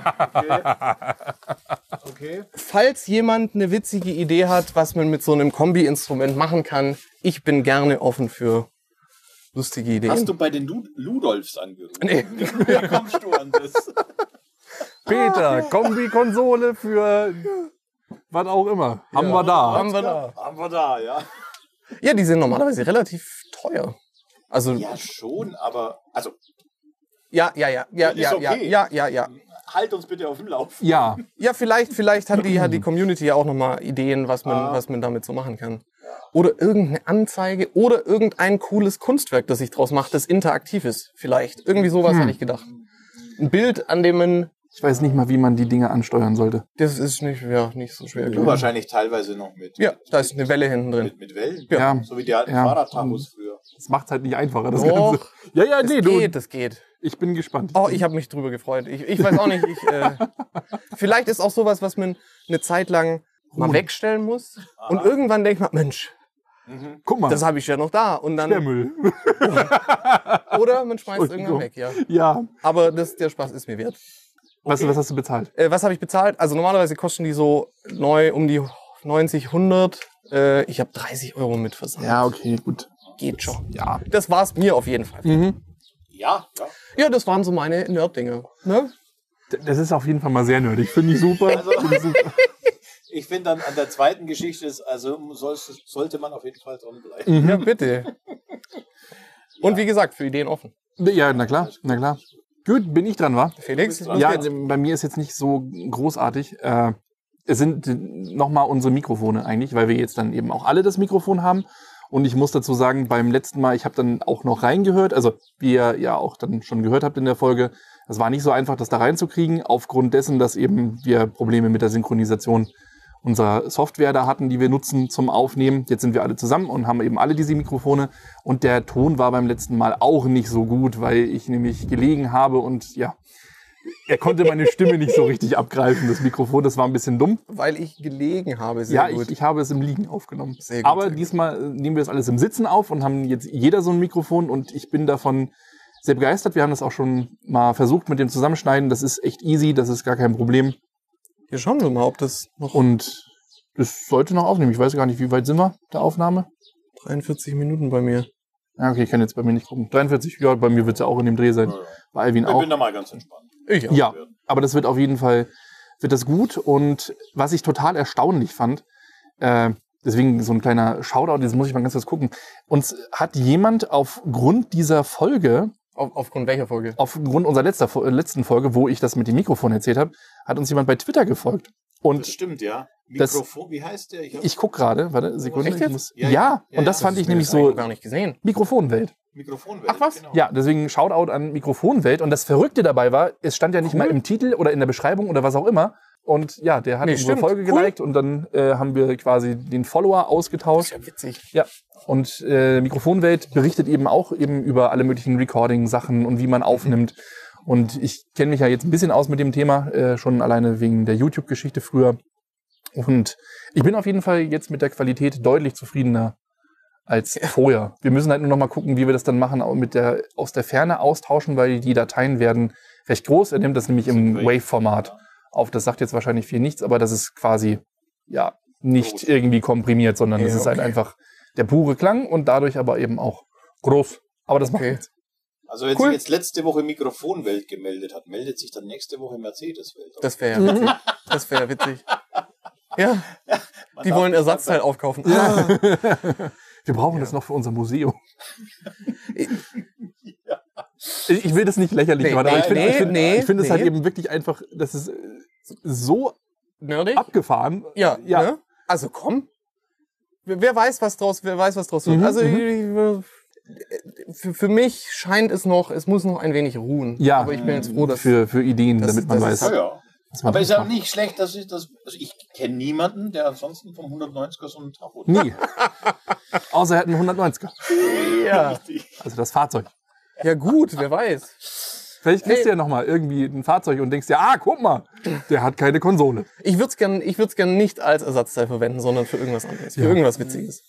S4: Okay.
S2: falls jemand eine witzige Idee hat, was man mit so einem Kombi-Instrument machen kann, ich bin gerne offen für lustige Ideen.
S4: Hast du bei den Lud Ludolfs angerufen?
S2: Nee.
S4: Wie kommst du an das?
S2: Ah.
S1: Peter, Kombi-Konsole für was auch immer. Haben wir da.
S2: Haben wir da.
S4: Haben wir da, ja.
S2: Ja, die sind normalerweise relativ teuer. Also, ja,
S4: Ja, schon, aber also
S2: ja, ja, ja, ja,
S4: Ist
S2: ja,
S4: okay.
S2: ja, ja, ja.
S4: halt uns bitte auf dem Lauf.
S1: Ja,
S2: Ja, vielleicht, vielleicht hat die, hat die Community ja auch nochmal Ideen, was man, was man damit so machen kann. Oder irgendeine Anzeige oder irgendein cooles Kunstwerk, das ich draus mache, das interaktiv ist. Vielleicht. Irgendwie sowas
S1: Hm.
S2: hätte ich gedacht. Ein Bild, an dem man.
S1: ich weiß nicht mal, wie man die Dinge ansteuern sollte.
S2: Das ist nicht, ja, nicht so schwer,
S4: Du
S2: glaube ich.
S4: wahrscheinlich teilweise noch mit,
S2: Ja, da ist eine Welle hinten drin.
S4: mit, mit Wellen.
S1: Ja.
S4: So wie die alten
S1: Ja.
S4: Fahrradtachos früher.
S1: Das macht halt nicht einfacher, das
S2: Doch.
S1: Ganze. Ja, ja, nee,
S2: Das
S1: du.
S2: geht, das geht.
S1: Ich bin gespannt.
S2: Oh, ich habe mich drüber gefreut. Ich, ich weiß auch nicht. Ich, äh, vielleicht ist auch sowas, was man eine Zeit lang mal wegstellen muss.
S1: Ah.
S2: Und irgendwann denkt man, Mensch,
S1: Guck mal,
S2: das habe ich ja noch da. Und
S1: der
S2: dann,
S1: Müll.
S2: oder man schmeißt
S1: Entschuldigung.
S2: irgendwann weg, ja.
S1: Ja.
S2: Aber das, der Spaß ist mir wert.
S1: Was, was hast du bezahlt?
S2: Äh, was habe ich bezahlt? Also normalerweise kosten die so neu um die 90, 100. Äh, ich habe 30 Euro mit Versand.
S1: okay, gut.
S2: Geht schon.
S1: Ja.
S2: Das war's mir auf jeden Fall.
S1: Mhm.
S4: Ja, ja.
S2: Ja, das waren so meine Nerd-Dinge. Ne?
S1: D- Das ist auf jeden Fall mal sehr nerdig. Finde ich super.
S4: Also-
S1: Finde ich super.
S4: Ich finde dann an der zweiten Geschichte ist, also soll, sollte man auf jeden Fall dran bleiben.
S1: Mhm.
S2: Ja, bitte. Und wie gesagt, für Ideen offen.
S1: Ja, na klar, na klar. Gut, bin ich dran, wa?
S2: Felix, los
S1: Ja, also
S2: geht's.
S1: bei mir ist jetzt nicht so großartig. Äh, es sind nochmal unsere Mikrofone eigentlich, weil wir jetzt dann eben auch alle das Mikrofon haben. Und ich muss dazu sagen, beim letzten Mal, ich habe dann auch noch reingehört, also wie ihr ja auch dann schon gehört habt in der Folge, Das war nicht so einfach, das da reinzukriegen, aufgrund dessen, dass eben wir Probleme mit der Synchronisation unserer Software da hatten, die wir nutzen zum Aufnehmen. Jetzt sind wir alle zusammen und haben eben alle diese Mikrofone. Und der Ton war beim letzten Mal auch nicht so gut, weil ich nämlich gelegen habe und ja, er konnte meine Stimme nicht so richtig abgreifen, das Mikrofon. Das war ein bisschen dumm.
S2: Weil ich gelegen habe,
S1: Ja,
S2: sehr
S1: ich,
S2: gut.
S1: ich habe es im Liegen aufgenommen.
S2: Sehr gut,
S1: Aber
S2: sehr gut.
S1: diesmal äh, nehmen wir das alles im Sitzen auf und haben jetzt jeder so ein Mikrofon und ich bin davon sehr begeistert. Wir haben das auch schon mal versucht mit dem Zusammenschneiden. Das ist echt easy, das ist gar kein Problem.
S2: Wir schauen wir mal, ob das noch
S1: Und das sollte noch aufnehmen. Ich weiß gar nicht, wie weit sind wir der Aufnahme?
S2: 43 Minuten bei mir.
S1: Ja, okay, ich kann jetzt bei mir nicht gucken. 43, ja, bei mir wird es ja auch in dem Dreh sein. Bei Alvin
S4: Ich
S1: auch.
S4: bin da mal ganz entspannt.
S2: Ich auch.
S1: Ja, aber das wird auf jeden Fall wird das gut. Und was ich total erstaunlich fand, äh, deswegen so ein kleiner Shoutout, jetzt muss ich mal ganz kurz gucken. Uns hat jemand aufgrund dieser Folge,
S2: Auf, aufgrund welcher Folge?
S1: aufgrund unserer letzter, Fo- äh, letzten Folge, wo ich das mit dem Mikrofon erzählt habe, hat uns jemand bei Twitter gefolgt.
S4: Das
S1: Und
S4: stimmt, ja.
S1: Das-
S4: Mikrofon, wie heißt der? hab
S1: ich guck gerade, warte, Sekunde.
S2: Echt
S1: ich
S2: jetzt?
S1: muss, ja,
S4: Ja, ja, ja,
S1: und das
S4: ja.
S1: fand ich nämlich
S2: Das hab
S1: so
S2: noch gar nicht gesehen.
S1: Mikrofonwelt.
S4: Mikrofonwelt.
S2: Ach was?
S4: Genau.
S1: Ja, deswegen Shoutout an Mikrofonwelt. Und das Verrückte dabei war, es stand ja nicht mal im Titel oder in der Beschreibung oder was auch immer. Und ja, der hat
S2: Nee,
S1: unsere
S2: stimmt.
S1: Folge
S2: Cool.
S1: geliked und dann äh, haben wir quasi den Follower ausgetauscht.
S2: ja witzig.
S1: Ja. Und äh, Mikrofonwelt berichtet eben auch eben über alle möglichen Recording-Sachen und wie man aufnimmt. Und ich kenne mich ja jetzt ein bisschen aus mit dem Thema, äh, schon alleine wegen der YouTube-Geschichte früher. Und ich bin auf jeden Fall jetzt mit der Qualität deutlich zufriedener als vorher. Wir müssen halt nur noch mal gucken, wie wir das dann machen, auch mit der, aus der Ferne austauschen, weil die Dateien werden recht groß. Er nimmt das nämlich im
S4: Wave.
S1: Wave-Format auf. Das sagt jetzt wahrscheinlich viel nichts, aber das ist quasi, ja, nicht
S4: Groß.
S1: irgendwie komprimiert, sondern
S2: Ja,
S1: es ist halt
S2: okay.
S1: einfach der pure Klang und dadurch aber eben auch groß. Aber das macht
S2: Okay.
S1: nichts.
S4: Also wenn
S2: Cool.
S4: sich jetzt letzte Woche Mikrofonwelt gemeldet hat, meldet sich dann nächste Woche Mercedeswelt.
S2: Das wäre ja witzig. Das wäre ja witzig. Ja,
S4: Man
S2: die
S4: darf
S2: wollen
S4: nicht
S2: Ersatzteil
S4: sagen,
S2: aufkaufen. Ah.
S1: Wir brauchen
S2: Ja.
S1: das noch für unser Museum.
S2: Ich-
S1: Ich ich will das nicht lächerlich
S2: Nee,
S1: machen, aber
S2: nee,
S1: ich finde
S2: nee,
S1: ich find,
S2: nee,
S1: ich find es halt
S2: nee.
S1: eben wirklich einfach, das ist äh, so
S2: Nerdig?
S1: abgefahren.
S2: Ja,
S1: Ja.
S2: Ne? Also komm. Wer wer weiß, was draus, wer weiß, was draus wird.
S1: Mhm,
S2: also
S1: mhm.
S2: ich- ich- für, für mich scheint es noch, es muss noch ein wenig ruhen.
S1: Ja.
S2: Aber ich bin jetzt froh, dass
S1: für, für Ideen,
S2: das-
S1: damit man
S2: das
S1: weiß.
S2: ist
S4: Ja, ja.
S1: was man
S4: Aber ist
S1: draus
S4: auch
S1: macht.
S4: nicht schlecht, dass ich das. Also ich kenne niemanden, der ansonsten vom 190er so einen Tacho
S1: Nie. Außer er hat einen 190er.
S2: ja.
S1: Also das Fahrzeug.
S2: ja gut, wer weiß.
S1: Vielleicht kriegst
S2: Nee.
S1: du ja nochmal irgendwie ein Fahrzeug und denkst dir, ah, guck mal, der hat keine Konsole.
S2: Ich würde es gern, ich würd's gern nicht als Ersatzteil verwenden, sondern für irgendwas anderes, für
S1: Ja.
S2: irgendwas Witziges.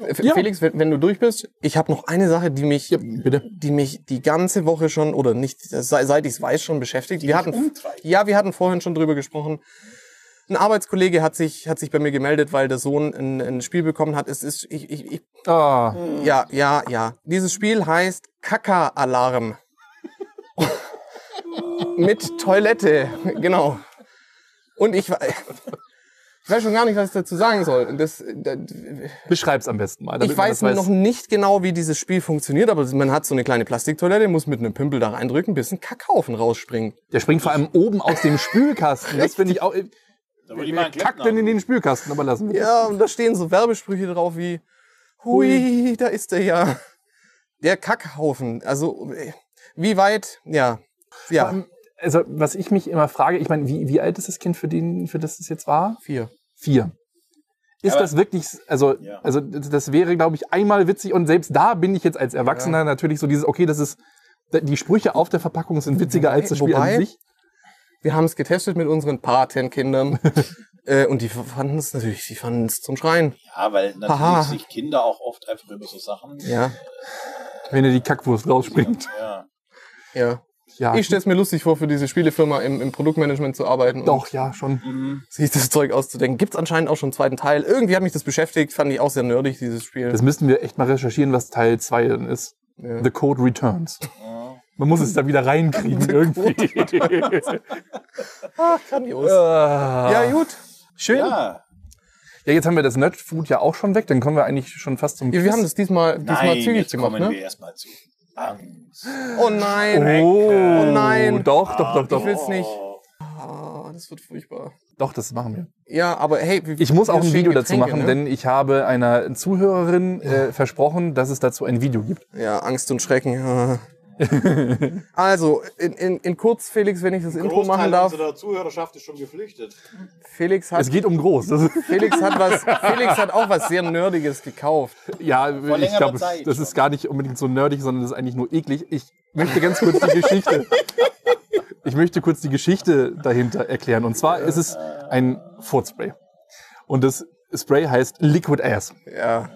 S2: F-
S1: Ja.
S2: Felix, wenn, wenn du durch bist, ich habe noch eine Sache, die mich,
S1: bitte.
S2: die mich die ganze Woche schon oder nicht sei- seit ich es weiß schon beschäftigt. wir hatten
S4: umtreibt.
S2: ja, wir hatten vorhin schon drüber gesprochen. Ein Arbeitskollege hat sich hat sich bei mir gemeldet, weil der Sohn ein, ein Spiel bekommen hat. Es ist ich, ich, ich
S1: Ah,
S2: ja ja ja. Dieses Spiel heißt Kaka Alarm mit Toilette genau. Und ich, wa- ich weiß schon gar nicht, was ich dazu sagen soll. Das, das,
S1: beschreib's am besten mal. damit
S2: ich
S1: man
S2: weiß,
S1: das
S2: noch nicht genau, wie dieses Spiel funktioniert, aber man hat so eine kleine Plastiktoilette, muss mit einem Pimpel da reindrücken, bis ein Kackhaufen rausspringt.
S1: Der springt vor allem oben aus dem Spülkasten. Das finde ich auch.
S4: Da würde ich mal
S1: Wer kackt
S4: einen Kleppner
S1: denn in
S4: haben.
S1: den Spülkasten? Aber lassen wir.
S2: Ja, und da stehen so Werbesprüche drauf wie, hui, da ist der ja. Der Kackhaufen. Also, äh, wie weit? Ja. Ja,
S1: Ähm, Also, was ich mich immer frage, ich meine, wie, wie alt ist das Kind, für, den, für das das jetzt war?
S2: vier.
S1: Vier. Ist
S4: Aber-
S1: das wirklich, also,
S4: Ja.
S1: also das das wäre, glaube ich, einmal witzig und selbst da bin ich jetzt als Erwachsener natürlich so dieses, okay, das ist, die Sprüche auf der Verpackung sind witziger als das Spiel
S2: Wobei-
S1: an sich.
S2: Wir haben es getestet mit unseren Patenkindern. äh, und die fanden es natürlich, die fanden es zum Schreien.
S4: Ja, weil natürlich
S2: Haha.
S4: sich Kinder auch oft einfach über so Sachen.
S2: Ja,
S1: Wenn er die Kackwurst rausspringt.
S4: Ja.
S2: ja.
S1: Ja,
S2: Ich stell's mir lustig vor, für diese Spielefirma im, im Produktmanagement zu arbeiten. und-
S1: doch, ja, schon.
S2: sich das Zeug auszudenken. Gibt's anscheinend auch schon einen zweiten Teil. Irgendwie hat mich das beschäftigt, fand ich auch sehr nerdig, dieses Spiel.
S1: Das müssten wir echt mal recherchieren, was Teil 2 dann ist.
S2: Ja.
S1: The Code Returns. Man muss es da wieder reinkriegen irgendwie.
S2: Ach, grandios.
S1: ja,
S2: Ja, gut.
S1: schön. Ja.
S4: ja.
S1: Ah. jetzt haben wir das Nerdfood ja auch schon weg, dann kommen wir eigentlich schon fast zum
S2: Ja, wir haben das diesmal, diesmal
S4: Nein,
S2: zügig
S4: jetzt
S2: gemacht,
S4: kommen wir
S2: ne?
S4: erstmal zu. Angst.
S2: Oh nein.
S1: Oh,
S2: Oh nein.
S1: Doch, doch, doch,
S2: Ich
S1: doch.
S2: will's nicht. Ah, das wird furchtbar.
S1: Doch, das machen wir.
S2: Ja, aber hey, wir-
S1: Ich muss
S2: wir
S1: auch ein
S2: stehen
S1: Video dazu
S2: Getränke, ne?
S1: machen, denn ich habe einer Zuhörerin äh, versprochen, dass es dazu ein Video gibt.
S2: Ja, Angst und Schrecken. ja. Also, in, in, in kurz, Felix, wenn ich das Intro machen darf.
S4: unserer Zuhörerschaft ist schon geflüchtet.
S2: Felix hat,
S1: Es geht um groß. Das,
S2: Felix hat was, Felix hat auch was sehr Nerdiges gekauft.
S1: ja, ich
S4: längerer
S1: glaube,
S4: Zeit
S1: das ist
S4: schon.
S1: gar nicht unbedingt so nerdig, sondern das ist eigentlich nur eklig. Ich möchte ganz kurz die Geschichte. Ich möchte kurz die Geschichte dahinter erklären. Und zwar ist es ein Furzspray. Und das Spray heißt Liquid Ass.
S2: Ja.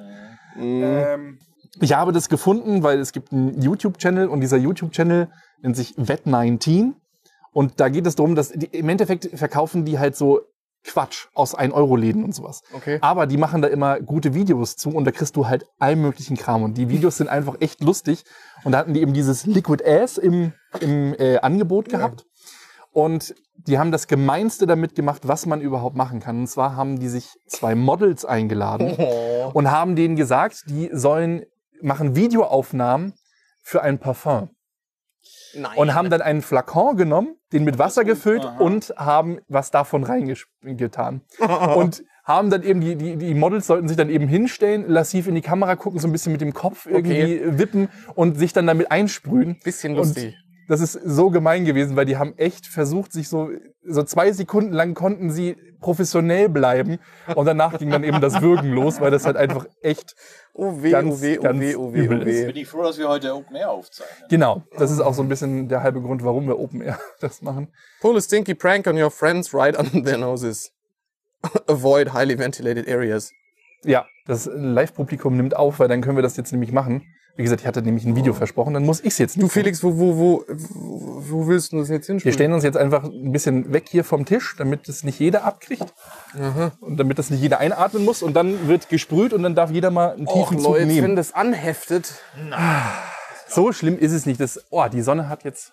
S4: Ähm.
S1: Ich habe das gefunden, weil es gibt einen YouTube-Channel und dieser YouTube-Channel nennt sich Vet19. Und da geht es darum, dass die, im Endeffekt verkaufen die halt so Quatsch aus 1-Euro-Läden und sowas.
S2: Okay.
S1: Aber die machen da immer gute Videos zu und da kriegst du halt allen möglichen Kram. Und die Videos sind einfach echt lustig. Und da hatten die eben dieses Liquid Ass im, im äh, Angebot gehabt. Und die haben das Gemeinste damit gemacht, was man überhaupt machen kann. Und zwar haben die sich zwei Models eingeladen und haben denen gesagt, die sollen machen Videoaufnahmen für ein Parfum.
S2: Nein.
S1: Und haben dann einen Flakon genommen, den mit Wasser gefüllt und haben was davon reingetan. und haben dann eben, die, die, die Models sollten sich dann eben hinstellen, lassiv in die Kamera gucken, so ein bisschen mit dem Kopf irgendwie wippen und sich dann damit einsprühen.
S2: bisschen
S1: Und
S2: lustig.
S1: das ist so gemein gewesen, weil die haben echt versucht, sich so, so zwei Sekunden lang konnten sie professionell bleiben und danach ging dann eben das Würgen los, weil das halt einfach echt,
S2: oh weh,
S1: ganz,
S2: oh weh, oh
S1: ganz
S2: weh, oh weh,
S1: übel
S2: oh
S1: ist.
S2: weh.
S4: Bin ich froh, dass wir heute Open Air aufzeichnen.
S1: genau, das ist auch so ein bisschen der halbe Grund, warum wir Open Air das machen.
S2: Pull a stinky prank on your friends right under their noses. Avoid highly ventilated areas.
S1: Ja, das Live-Publikum nimmt auf, weil dann können wir das jetzt nämlich machen. Wie gesagt, ich hatte nämlich ein Video versprochen, dann muss ich es jetzt
S2: Oh. Du
S1: nicht.
S2: Felix, wo, wo, wo, wo willst du das jetzt
S1: Wir
S2: hinspielen?
S1: stellen uns jetzt einfach ein bisschen weg hier vom Tisch, damit das nicht jeder abkriegt und damit das nicht jeder einatmen muss und dann wird gesprüht und dann darf jeder mal einen
S2: Och,
S1: tiefen Zug
S2: Leute,
S1: nehmen.
S2: wenn das anheftet.
S1: So schlimm ist es nicht. Das, oh, die Sonne hat jetzt.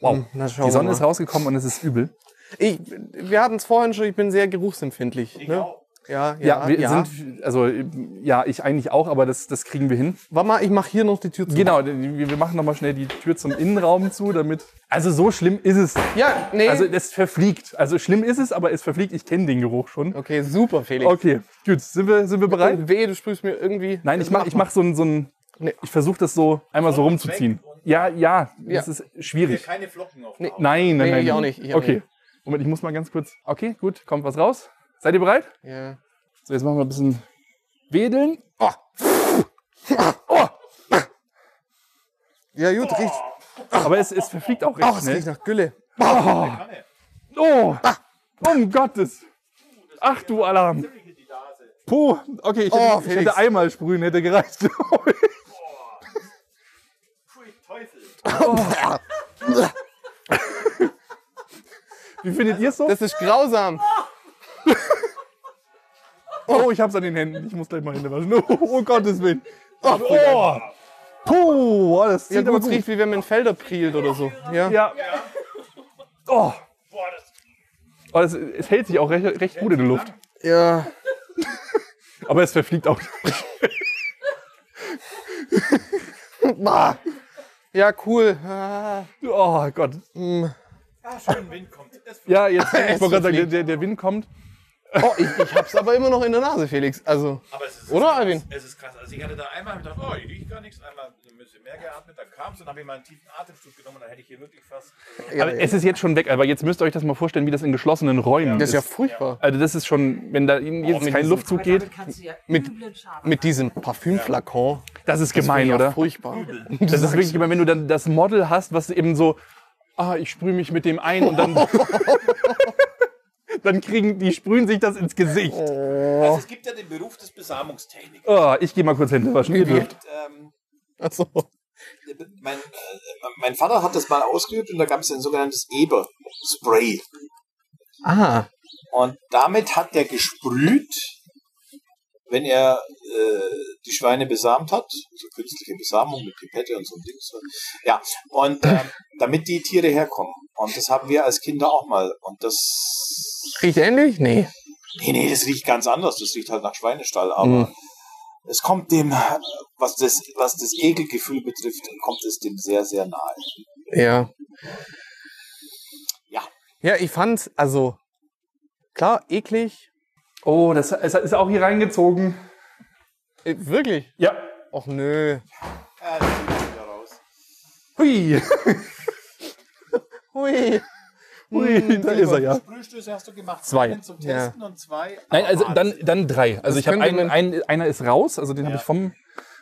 S1: Wow.
S2: Hm, Na, schauen
S1: Die Sonne
S2: wir
S1: ist
S2: mal.
S1: rausgekommen und es ist übel.
S2: Ich, wir hatten es vorhin schon, ich bin sehr geruchsempfindlich. ne?
S4: auch.
S2: Ja,
S1: Ja,
S2: ja, ja.
S1: wir sind, also ja, ich eigentlich auch, aber das, das kriegen wir hin.
S2: Warte mal, ich mache hier noch die Tür zu.
S1: Genau, wir wir machen nochmal schnell die Tür zum Innenraum zu, damit. Also so schlimm ist es.
S2: Ja, nee.
S1: Also es verfliegt. Also schlimm ist es, aber es verfliegt. Ich kenne den Geruch schon.
S2: okay, super, Felix.
S1: Okay, gut. Sind wir, sind wir bereit?
S2: Oh, Weh, du sprühst mir irgendwie.
S1: Nein, ich mach, ich mach so ein, so ein
S2: Nee.
S1: ich versuche das so einmal so rumzuziehen. Ja, ja,
S2: Ja.
S1: das ist schwierig.
S4: Keine Flocken auf
S2: Nee.
S1: Nein, nein,
S2: Nee,
S1: nein.
S2: ich auch nicht, ich auch
S1: okay.
S2: nicht.
S1: Moment, ich muss mal ganz kurz. Okay, gut, kommt was raus. Seid ihr bereit?
S2: Ja.
S1: So, jetzt machen wir ein bisschen wedeln.
S2: ja, gut, riecht.
S1: Aber es, es verfliegt auch recht
S2: Ach, es Ah.
S1: schnell.
S2: riecht nach Gülle.
S1: Oh, um Gottes. Ach du Alarm. Puh, okay, ich
S2: Oh,
S1: hätte, ich
S2: Felix.
S1: hätte einmal sprühen, hätte gereicht. glaub ich. Wie findet ihr es so?
S2: Das ist grausam.
S1: Ah, Oh, ich hab's an den Händen. Ich muss gleich mal Hände waschen. Oh, oh Gottes Willen. Oh, oh. Puh, oh, das zieht
S2: Ja,
S1: aber
S2: gut, es
S1: gut.
S2: riecht wie wenn man Felder prielt oder so. Ja.
S1: Ja. Oh. Oh, das, es hält sich auch recht, recht gut in der Luft.
S2: ja.
S1: Aber es verfliegt auch.
S2: Bah. Ja, cool. Ah.
S1: Oh Gott.
S4: schön, Wind kommt. Das
S1: Ja, jetzt, ich wollte gerade sagen,
S2: verfliegt.
S1: der, der Wind kommt.
S2: Oh, ich, ich hab's aber immer noch in der Nase, Felix. Also.
S4: Aber es ist
S2: Oder,
S4: krass.
S2: Alvin?
S4: Es ist krass. Also ich hatte da einmal gedacht, oh, ich rieche gar nichts. Einmal ein bisschen mehr geatmet, dann kam es und habe ich mal einen tiefen Atemzug genommen. Dann hätte ich hier wirklich fast...
S2: Ja,
S1: aber
S2: ja.
S1: es ist jetzt schon weg, aber jetzt müsst ihr euch das mal vorstellen, wie das in geschlossenen Räumen
S2: Das ist
S1: ist.
S2: ja furchtbar.
S1: also das ist schon, wenn da ihnen jetzt
S2: mit
S1: kein
S2: diesem-
S1: Luftzug geht,
S5: Damit kannst du ja
S2: Mit-
S5: üblen Schaden
S2: Mit diesem Parfümflakon.
S1: das ist gemein,
S2: ja
S1: oder?
S2: Furchtbar.
S1: Das ist wirklich gemein, wenn du dann das Model hast, was eben so, ah, ich sprühe mich mit dem ein und dann... dann kriegen, die sprühen sich das ins Gesicht.
S4: Also es gibt ja den Beruf des Besamungstechnikers.
S1: Oh, ich gehe mal kurz Hände waschen. Ihr dürft.
S4: Ähm,
S2: Also.
S4: mein, äh, mein Vater hat das mal ausgeübt und da gab es ein sogenanntes Eber-Spray.
S2: Ah.
S4: Und damit hat er gesprüht, wenn er äh, die Schweine besamt hat, also künstliche Besamung mit Pipette und so ein Ding. So. Ja, und ähm, damit die Tiere herkommen. Und das haben wir als Kinder auch mal. Und das.
S2: Riecht ähnlich? Nee.
S4: Nee, nee, das riecht ganz anders. Das riecht halt nach Schweinestall, aber.
S1: Mhm.
S4: Es kommt dem, was das, was das Ekelgefühl betrifft, kommt es dem sehr, sehr nahe.
S2: Ja.
S4: Ja.
S2: Ja, ich fand's, also. Klar, eklig.
S1: Oh, das es ist auch hier reingezogen.
S2: Äh, Wirklich?
S1: Ja.
S2: Och nö.
S4: Äh, Ja, das sieht wieder raus.
S1: Hui!
S2: Hui.
S1: Hui, da ist er ja.
S4: Sprühstöße hast du gemacht.
S2: Zwei.
S4: Einen zum Testen und zwei.
S1: Nein, also
S4: Ah,
S1: dann, dann drei. Also ich habe
S2: könnte
S1: einen,
S2: man-
S1: einen, einer ist raus, also den habe
S4: Ja.
S1: ich vom,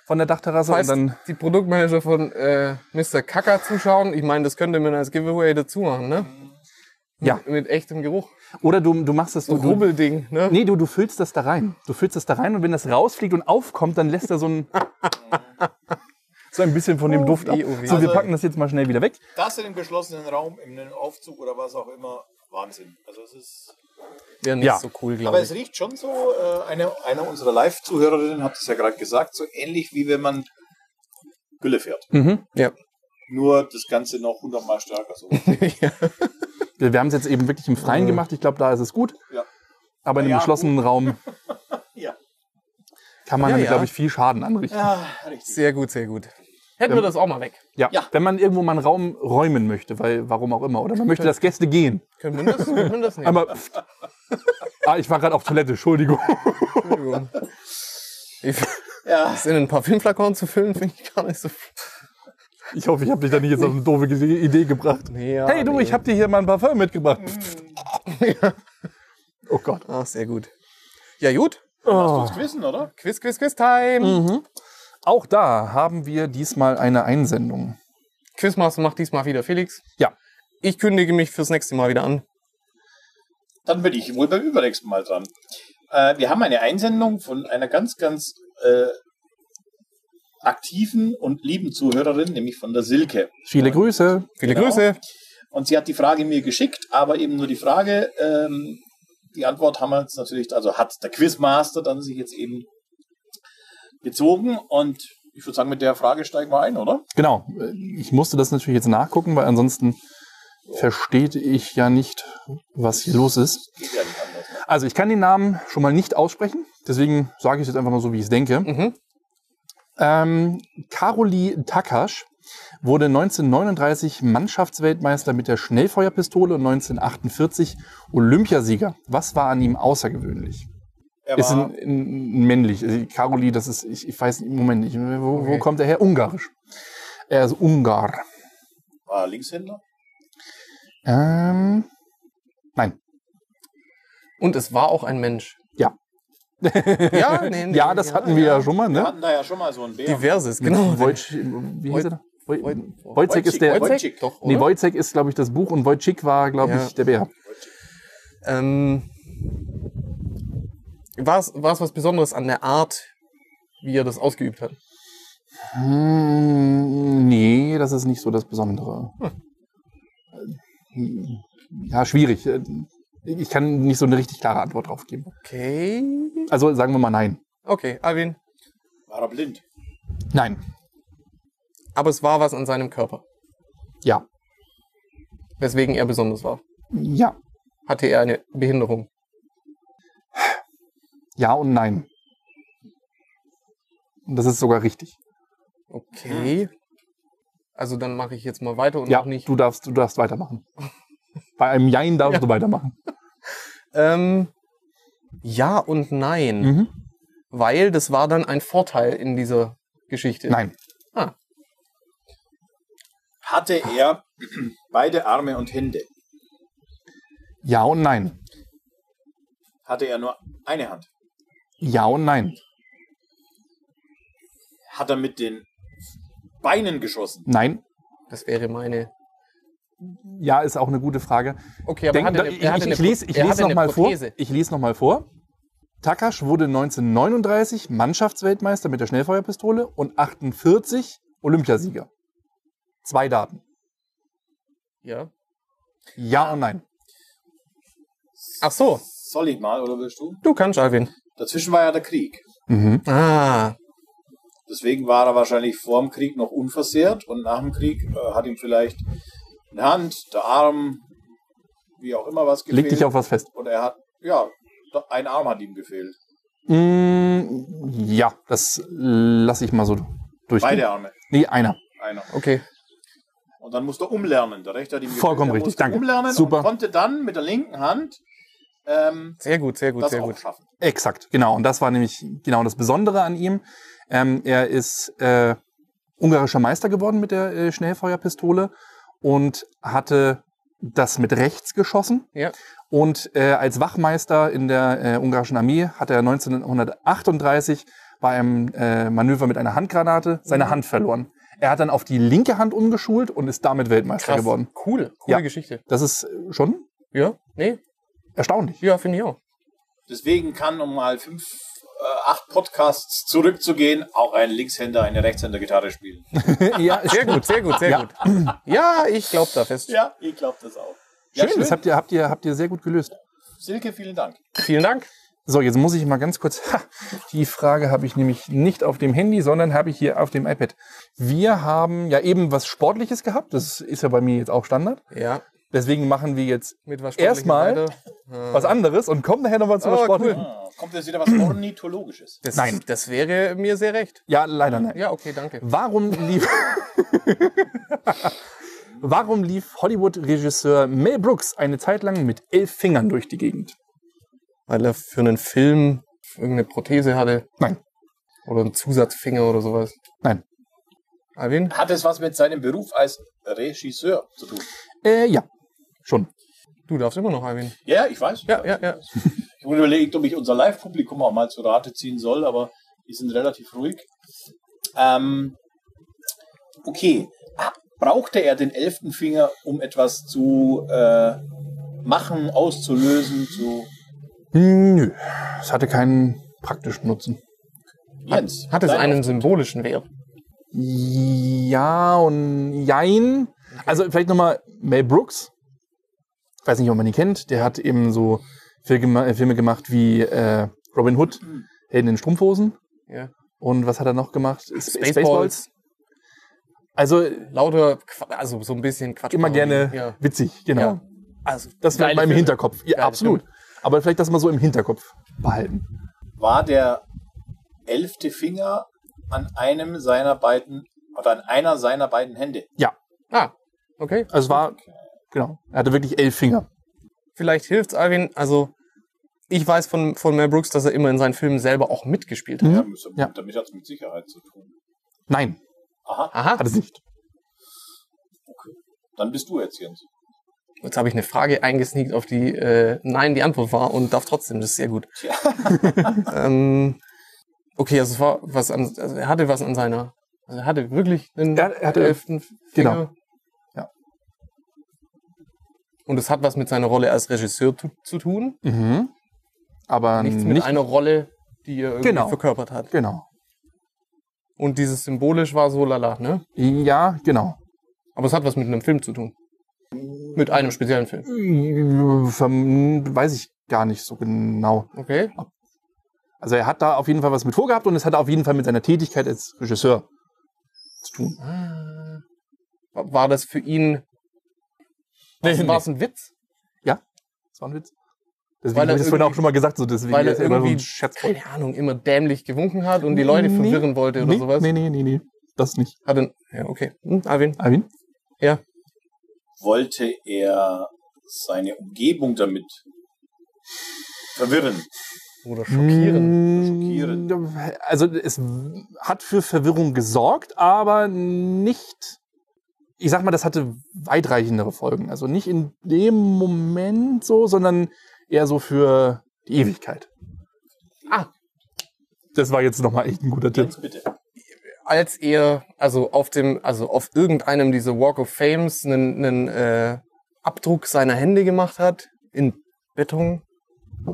S1: von der Dachterrasse
S2: Falls
S1: und dann.
S2: die Produktmanager von äh, Mr. Kaka zuschauen, ich meine, das könnte man als Giveaway dazu machen, ne?
S1: Ja.
S2: Mit echtem Geruch.
S1: Oder du, du machst das, du, du,
S2: Rubbelding, ne?
S1: nee, du, du füllst das da rein. Du füllst das da rein und wenn das rausfliegt und aufkommt, dann lässt er so ein, so ein bisschen von dem Duft ab.
S2: weh, oh weh.
S1: So, wir
S4: Also-
S1: packen das jetzt mal schnell wieder weg.
S4: Das in einem geschlossenen Raum, in einem Aufzug oder was auch immer, Wahnsinn. Also es ist.
S2: Wäre nicht
S1: Ja.
S2: so cool,
S4: Aber
S2: glaube
S4: es
S2: ich.
S4: riecht schon so, äh, eine, eine unserer Live-Zuhörerinnen hat es ja gerade gesagt, so ähnlich wie wenn man Gülle fährt.
S2: Ja.
S4: Nur das Ganze noch hundertmal stärker. So.
S2: ja.
S1: Wir haben es jetzt eben wirklich im Freien gemacht. Ich glaube, da ist es gut.
S4: Ja.
S1: Aber in einem
S4: Ja,
S1: geschlossenen Raum
S4: Ja.
S1: kann man
S2: Ja,
S1: damit,
S2: ja.
S1: glaube ich, viel Schaden anrichten. Ja.
S4: Ah, richtig.
S2: Sehr gut, sehr gut. Ähm, Hätten wir das auch mal weg.
S4: Ja.
S1: Wenn man irgendwo mal einen Raum räumen möchte, weil warum auch immer. Oder man möchte, dass Gäste gehen.
S2: Können wir das, können wir das nicht?
S1: Einmal. pft. ah, ich war gerade auf Toilette, Entschuldigung.
S2: Entschuldigung. Ich,
S4: Ja.
S2: das in ein Parfümflakon zu füllen, finde ich gar nicht so...
S1: Ich hoffe, ich habe dich da nicht jetzt auf eine doofe Ge- Idee gebracht.
S2: Nee, ja,
S1: hey du,
S2: nee.
S1: ich habe dir hier mal ein Parfum mitgebracht. Oh Gott.
S2: Ach, sehr gut. Ja, gut.
S1: Oh.
S4: Das wissen, oder?
S2: Quiz, Quiz, Quiz-Time.
S1: Mhm. Auch da haben wir diesmal eine Einsendung.
S2: Quizmaster macht diesmal wieder Felix.
S1: Ja.
S2: Ich kündige mich fürs nächste Mal wieder an.
S4: Dann bin ich wohl beim übernächsten Mal dran. Äh, wir haben eine Einsendung von einer ganz, ganz äh, aktiven und lieben Zuhörerin, nämlich von der Silke.
S1: Viele Grüße.
S2: Viele
S4: Genau.
S2: Grüße.
S4: Und sie hat die Frage mir geschickt, aber eben nur die Frage. Ähm, die Antwort haben wir jetzt natürlich, also hat der Quizmaster dann sich jetzt eben gezogen und ich würde sagen, mit der Frage steigen wir ein, oder?
S1: Genau. Ich musste das natürlich jetzt nachgucken, weil ansonsten versteht ich ja nicht, was hier los ist.
S4: Geht ja nicht anders. ne?
S1: Also ich kann den Namen schon mal nicht aussprechen, deswegen sage ich es jetzt einfach mal so, wie ich es denke.
S2: Mhm.
S1: Ähm, Karoli Takasch wurde 1939 Mannschaftsweltmeister mit der Schnellfeuerpistole und 1948 Olympiasieger. Was war an ihm außergewöhnlich?
S4: Er
S1: Ist
S4: war,
S1: ein, ein, ein männlich. Also Karoli, das ist, ich, ich weiß im Moment nicht, wo, wo
S2: Okay.
S1: kommt er her? Ungarisch. Er ist Ungar.
S4: war Linkshänder.
S1: Ähm,
S2: Und es war auch ein Mensch.
S1: Ja.
S2: ja, nee, nee,
S1: ja, das hatten wir ja, schon mal,
S4: Wir
S1: ne?
S4: hatten da ja schon mal so einen Bär.
S2: Diverses, genau.
S1: Wojc, wie hieß er da? Woj-
S2: Woj-
S1: Wojcik ist der.
S4: Wojcik.
S2: Doch,
S1: Nee,
S2: oder?
S1: Wojcik ist, glaube ich, das Buch und Wojcik war, glaube
S2: Ja.
S1: ich, der Bär.
S2: ähm, war es war es was Besonderes an der Art, wie er das ausgeübt hat?
S1: Hm, nee, das ist nicht so das Besondere. Hm. Ja, schwierig. Ich kann nicht so eine richtig klare Antwort drauf geben.
S2: Okay.
S1: Also sagen wir mal nein.
S2: Okay, Alvin.
S4: War er blind?
S1: Nein.
S2: Aber es war was an seinem Körper,
S1: Ja.
S2: weswegen er besonders war.
S1: Ja.
S2: Hatte er eine Behinderung?
S1: Ja und nein. Und das ist sogar richtig.
S2: Okay. Also dann mache ich jetzt mal weiter und
S1: ja,
S2: auch nicht.
S1: du darfst, du darfst weitermachen. Bei einem Jein darfst
S2: Ja.
S1: du weitermachen.
S2: Ähm, ja und nein,
S1: Mhm.
S2: weil das war dann ein Vorteil in dieser Geschichte.
S1: Nein.
S4: Hatte er beide Arme und Hände?
S1: Ja und nein.
S4: Hatte er nur eine Hand?
S1: Ja und nein.
S4: Hat er mit den Beinen geschossen?
S1: Nein.
S2: Das wäre meine.
S1: Ja, ist auch eine gute Frage.
S2: Okay, aber
S1: Denk-
S2: er hatte
S1: da-
S2: eine,
S1: ich,
S2: er hatte
S1: ich, ich
S2: eine-
S1: lese, ich
S2: er
S1: lese
S2: hatte eine
S1: nochmal vor.
S2: Prothese.
S1: Ich lese noch mal vor. Takasch wurde 1939 Mannschaftsweltmeister mit der Schnellfeuerpistole und 48 Olympiasieger. Zwei Daten.
S2: Ja.
S1: Ja und nein.
S2: Ach so,
S4: Soll ich mal, oder willst du?
S2: du kannst, Alvin.
S4: Dazwischen war ja der Krieg.
S1: Mhm.
S2: Ah,
S4: Deswegen war er wahrscheinlich vor dem Krieg noch unversehrt und nach dem Krieg äh, hat ihm vielleicht eine Hand, der Arm, wie auch immer was gefehlt.
S1: Leg dich auf was fest.
S4: Und er hat, ja, da- ein Arm hat ihm gefehlt.
S1: Mm, ja, das lasse ich mal so durch.
S4: Beide Arme,
S1: Nee, einer.
S4: einer.
S2: okay.
S4: Und dann musste er umlernen. Der rechte hat ihm gefehlt.
S1: Vollkommen
S4: er
S1: richtig,
S4: musste
S1: danke.
S4: Umlernen
S1: Super.
S4: und konnte dann mit der linken Hand ähm,
S2: Sehr gut, sehr gut,
S4: das
S2: sehr
S4: auch
S2: gut.
S4: schaffen.
S1: Exakt, genau. Und das war nämlich genau das Besondere an ihm. Ähm, er ist äh, ungarischer Meister geworden mit der äh, Schnellfeuerpistole und hatte das mit rechts geschossen.
S2: Ja.
S1: Und äh, als Wachmeister in der äh, ungarischen Armee hat er 1938 bei einem äh, Manöver mit einer Handgranate seine Hand verloren. Er hat dann auf die linke Hand umgeschult und ist damit Weltmeister geworden.
S2: Cool, coole
S1: Ja.
S2: Geschichte.
S1: Das ist äh, schon
S2: Ja, nee,
S1: erstaunlich.
S2: ja, finde ich auch.
S4: Deswegen kann, um mal fünf, äh, acht Podcasts zurückzugehen, auch ein Linkshänder eine Rechtshänder-Gitarre spielen.
S1: ja,
S2: Sehr gut, sehr gut, sehr
S1: Ja.
S2: gut. Ja, ich glaube da fest.
S4: Ja, ich glaube das auch. Ja,
S1: schön. Das habt ihr, habt, ihr, habt ihr sehr gut gelöst.
S4: Silke, vielen Dank.
S2: Vielen Dank.
S1: So, jetzt muss ich mal ganz kurz. Ha, die Frage habe ich nämlich nicht auf dem Handy, sondern habe ich hier auf dem iPad. Wir haben ja eben was Sportliches gehabt. Das ist ja bei mir jetzt auch Standard.
S2: Ja,
S1: Deswegen machen wir jetzt
S2: mit was Sportlichem
S1: erstmal
S2: weiter.
S1: was anderes und kommen nachher nochmal zu was
S2: Ah,
S1: Sportlichen.
S2: cool.
S4: Ah, Kommt jetzt wieder was Ornithologisches.
S2: Das,
S1: Nein.
S2: Das wäre mir sehr recht.
S1: Ja, leider nein.
S2: Ja, okay, danke.
S1: Warum lief. Warum lief Hollywood-Regisseur Mel Brooks eine Zeit lang mit elf Fingern durch die Gegend?
S2: Weil er für einen Film irgendeine Prothese hatte.
S1: Nein.
S2: Oder einen Zusatzfinger oder sowas.
S1: Nein.
S2: Alvin?
S4: Hat es was mit seinem Beruf als Regisseur zu tun?
S1: Äh, ja. Schon.
S2: Du darfst immer noch, Alvin.
S4: Ja, ich weiß.
S2: Ja, ja, ja.
S4: Ich wurde überlegt, ob ich unser Live-Publikum auch mal zu Rate ziehen soll, aber die sind relativ ruhig. Ähm, okay. Ah, Brauchte er den elften Finger, um etwas zu äh, machen, auszulösen, zu.
S1: Nö. Es hatte keinen praktischen Nutzen.
S4: Jens.
S2: Hat es
S4: dein
S2: einen symbolischen Wert?
S1: Ja und jein. Also vielleicht nochmal Mel Brooks. Ich weiß nicht, ob man ihn kennt. Der hat eben so Filme, äh, Filme gemacht wie äh, Robin Hood, Helden in Strumpfhosen.
S2: Ja.
S1: Und was hat er noch gemacht? Sp-
S2: Spaceballs.
S1: Also
S2: Lauter, Qua- also so ein bisschen Quatsch.
S1: immer gerne
S2: Ja.
S1: witzig, genau.
S2: Ja. Also,
S1: Das bleibt
S2: geile
S1: beim
S2: Filme.
S1: Hinterkopf. Ja,
S2: Geile
S1: absolut. Aber vielleicht das mal so im Hinterkopf behalten.
S4: war der elfte Finger an einem seiner beiden oder an einer seiner beiden Hände.
S2: Ah, okay.
S1: Also es war, genau, er hatte wirklich elf Finger.
S2: Vielleicht hilft's, Alvin. Also, ich weiß von, von Mel Brooks, dass er immer in seinen Filmen selber auch mitgespielt hat.
S1: Mhm.
S4: Ja, müsste-
S1: Ja.
S4: Damit hat es mit Sicherheit zu tun.
S1: Nein,
S4: Aha,
S2: Aha,
S1: hat es nicht.
S4: dann bist du jetzt Jens.
S2: jetzt habe ich eine Frage eingesneakt, auf die äh, Nein die Antwort war und darf trotzdem, das ist sehr gut.
S4: Tja.
S2: ähm, okay, also, es war was an, also er hatte was an seiner, also er hatte wirklich einen
S1: Er- er hatte-
S2: elften Finger.
S1: genau. Ja.
S2: Und es hat was mit seiner Rolle als Regisseur tu, zu tun,
S1: Mhm. Aber
S2: nichts mit
S1: nicht
S2: einer Rolle, die er irgendwie
S1: Genau.
S2: verkörpert hat.
S1: Genau.
S2: Und dieses symbolisch war so lala, ne?
S1: Ja, genau.
S2: Aber es hat was mit einem Film zu tun. Mit einem speziellen Film.
S1: Verm- Weiß ich gar nicht so genau.
S2: Okay.
S1: Also er hat da auf jeden Fall was mit vorgehabt und es hat auf jeden Fall mit seiner Tätigkeit als Regisseur zu tun.
S2: War das für ihn.
S1: Nee,
S2: War es ein Witz?
S1: Das war ein Witz. Deswegen
S2: Weil
S1: habe
S2: er
S1: ich das vorhin auch
S2: irgendwie-
S1: schon mal gesagt, so deswegen
S2: Weil er
S1: er immer so ein
S2: irgendwie,
S1: Scherzvoll.
S2: keine Ahnung, immer dämlich gewunken hat und die Leute
S1: Nee.
S2: verwirren wollte oder
S1: nee,
S2: sowas.
S1: Nee, nee, nee, nee. Das nicht.
S2: Hat dann, ja, okay. Hm, Alvin.
S1: Alvin?
S4: Wollte er seine Umgebung damit verwirren?
S2: Oder
S1: Hm.
S2: schockieren.
S1: Mm, Also es w- hat für Verwirrung gesorgt, aber nicht. Ich sag mal, das hatte weitreichendere Folgen. Also nicht in dem Moment so, sondern eher so für die Ewigkeit.
S2: Ah.
S1: Das war jetzt nochmal echt ein guter Tipp.
S4: Jens, bitte.
S2: Als er, also auf dem, also auf irgendeinem dieser Walk of Fames einen, einen äh, Abdruck seiner Hände gemacht hat, in Beton,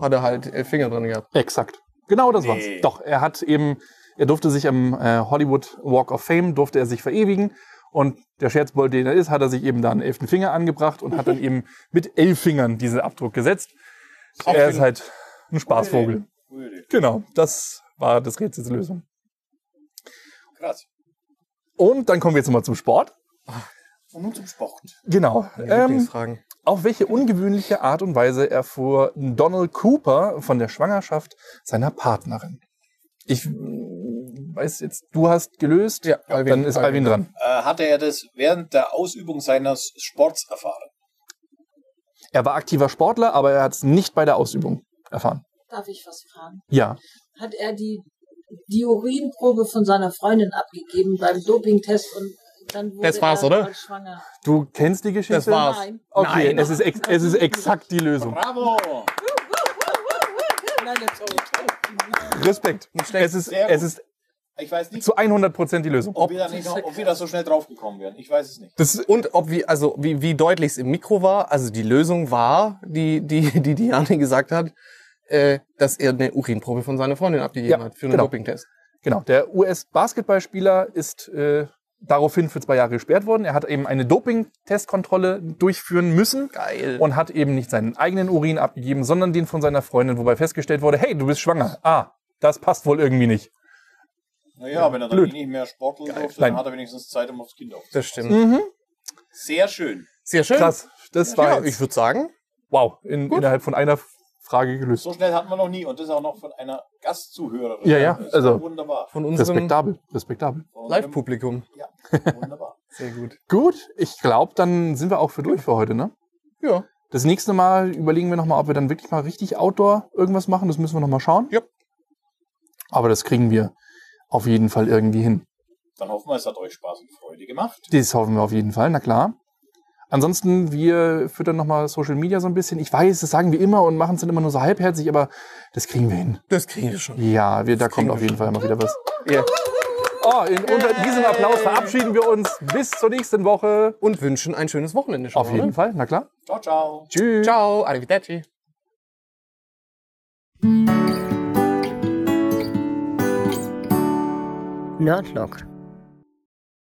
S2: hat er halt äh, Finger drin gehabt.
S1: Exakt. Genau das war's.
S4: Nee.
S1: Doch, er hat eben, er durfte sich am äh, Hollywood Walk of Fame, durfte er sich verewigen. Und der Scherzbold, den er ist, hat er sich eben da einen elften Finger angebracht und hat dann eben mit elf Fingern diesen Abdruck gesetzt.
S2: Auch
S1: er
S2: wenn-
S1: ist halt ein Spaßvogel.
S4: Rüde.
S1: Genau, das war das Rätsels Lösung.
S4: Krass.
S1: Und dann kommen wir jetzt nochmal zum Sport.
S4: Und nun zum Sport.
S1: Genau.
S2: Meine
S1: Ähm,
S2: Lieblingsfragen.
S1: auf welche ungewöhnliche Art und Weise erfuhr Donald Cooper von der Schwangerschaft seiner Partnerin? Ich mm, weiß jetzt, du hast gelöst.
S2: Ja, Alvin,
S1: dann ist Alvin, dran.
S4: Äh, hatte er das während der Ausübung seines Sports erfahren?
S1: Er war aktiver Sportler, aber er hat es nicht bei der Ausübung erfahren.
S5: Darf ich was fragen?
S1: Ja.
S5: Hat er die die Urinprobe von seiner Freundin abgegeben beim Dopingtest und dann wurde
S2: Das war's,
S5: er
S2: oder?
S5: als schwanger.
S1: Du kennst die Geschichte?
S2: Das war's. Oh.
S5: Nein.
S1: Okay,
S2: Nein.
S1: Es, ist ex es ist exakt die Lösung.
S4: Bravo!
S5: Nein, jetzt oh.
S1: Respekt. Es ist,
S4: Sehr
S1: es
S4: gut.
S1: ist
S4: Ich weiß nicht,
S1: zu 100% die Lösung.
S4: ob wir, da nicht noch, ob wir da so schnell draufgekommen wären. Ich weiß es nicht.
S2: Das und ob wie, also wie, wie deutlich es im Mikro war, also die Lösung war, die, die, die Diane gesagt hat, äh, dass er eine Urinprobe von seiner Freundin abgegeben
S1: Ja,
S2: hat für einen
S1: genau.
S2: Dopingtest.
S1: Genau, der US-Basketballspieler ist äh, daraufhin für zwei Jahre gesperrt worden. Er hat eben eine Doping-Testkontrolle durchführen müssen
S2: Geil.
S1: und hat eben nicht seinen eigenen Urin abgegeben, sondern den von seiner Freundin, wobei festgestellt wurde, hey, du bist schwanger. Ah, das passt wohl irgendwie nicht.
S4: Naja, wenn er dann
S1: blöd.
S4: eh nicht mehr sporteln durfte,
S1: Nein.
S4: dann hat er wenigstens Zeit, um aufs Kind aufzupassen.
S2: Das stimmt.
S4: Sehr schön.
S2: Sehr schön.
S1: Mhm. Krass, das war
S2: Ja,
S1: jetzt,
S2: ich würde sagen,
S1: wow, in, innerhalb von einer Frage gelöst.
S4: So schnell hatten wir noch nie und das auch noch von einer Gastzuhörerin.
S1: Ja, ja,
S4: Das ist
S1: also-
S4: Wunderbar.
S2: von unserem
S1: Respektabel, respektabel.
S4: Von einem-
S2: Live-Publikum.
S4: Ja, wunderbar.
S2: Sehr gut.
S1: Gut, ich glaube, dann sind wir auch für durch für heute, ne?
S2: Ja.
S1: Das nächste Mal überlegen wir nochmal, ob wir dann wirklich mal richtig Outdoor irgendwas machen. Das müssen wir nochmal schauen.
S2: Ja.
S1: Aber das kriegen wir auf jeden Fall irgendwie hin.
S4: Dann hoffen wir, es hat euch Spaß und Freude gemacht.
S1: Das hoffen wir auf jeden Fall, na klar. Ansonsten, wir füttern nochmal Social Media so ein bisschen. Ich weiß, das sagen wir immer und machen es dann immer nur so halbherzig, aber das kriegen wir hin.
S2: Das kriegen wir schon.
S1: Ja, wir, da
S2: kriegen
S1: kommt
S2: wir
S1: auf jeden Fall mal wieder was.
S2: Ja.
S1: Oh, in, unter diesem Applaus verabschieden wir uns. Bis zur nächsten Woche.
S2: Und wünschen ein schönes Wochenende schon. ne?
S1: Auf jeden Fall, na klar.
S4: Ciao, ciao.
S1: Tschüss.
S2: Mhm. Ciao, arrivederci.
S6: Nerdlock,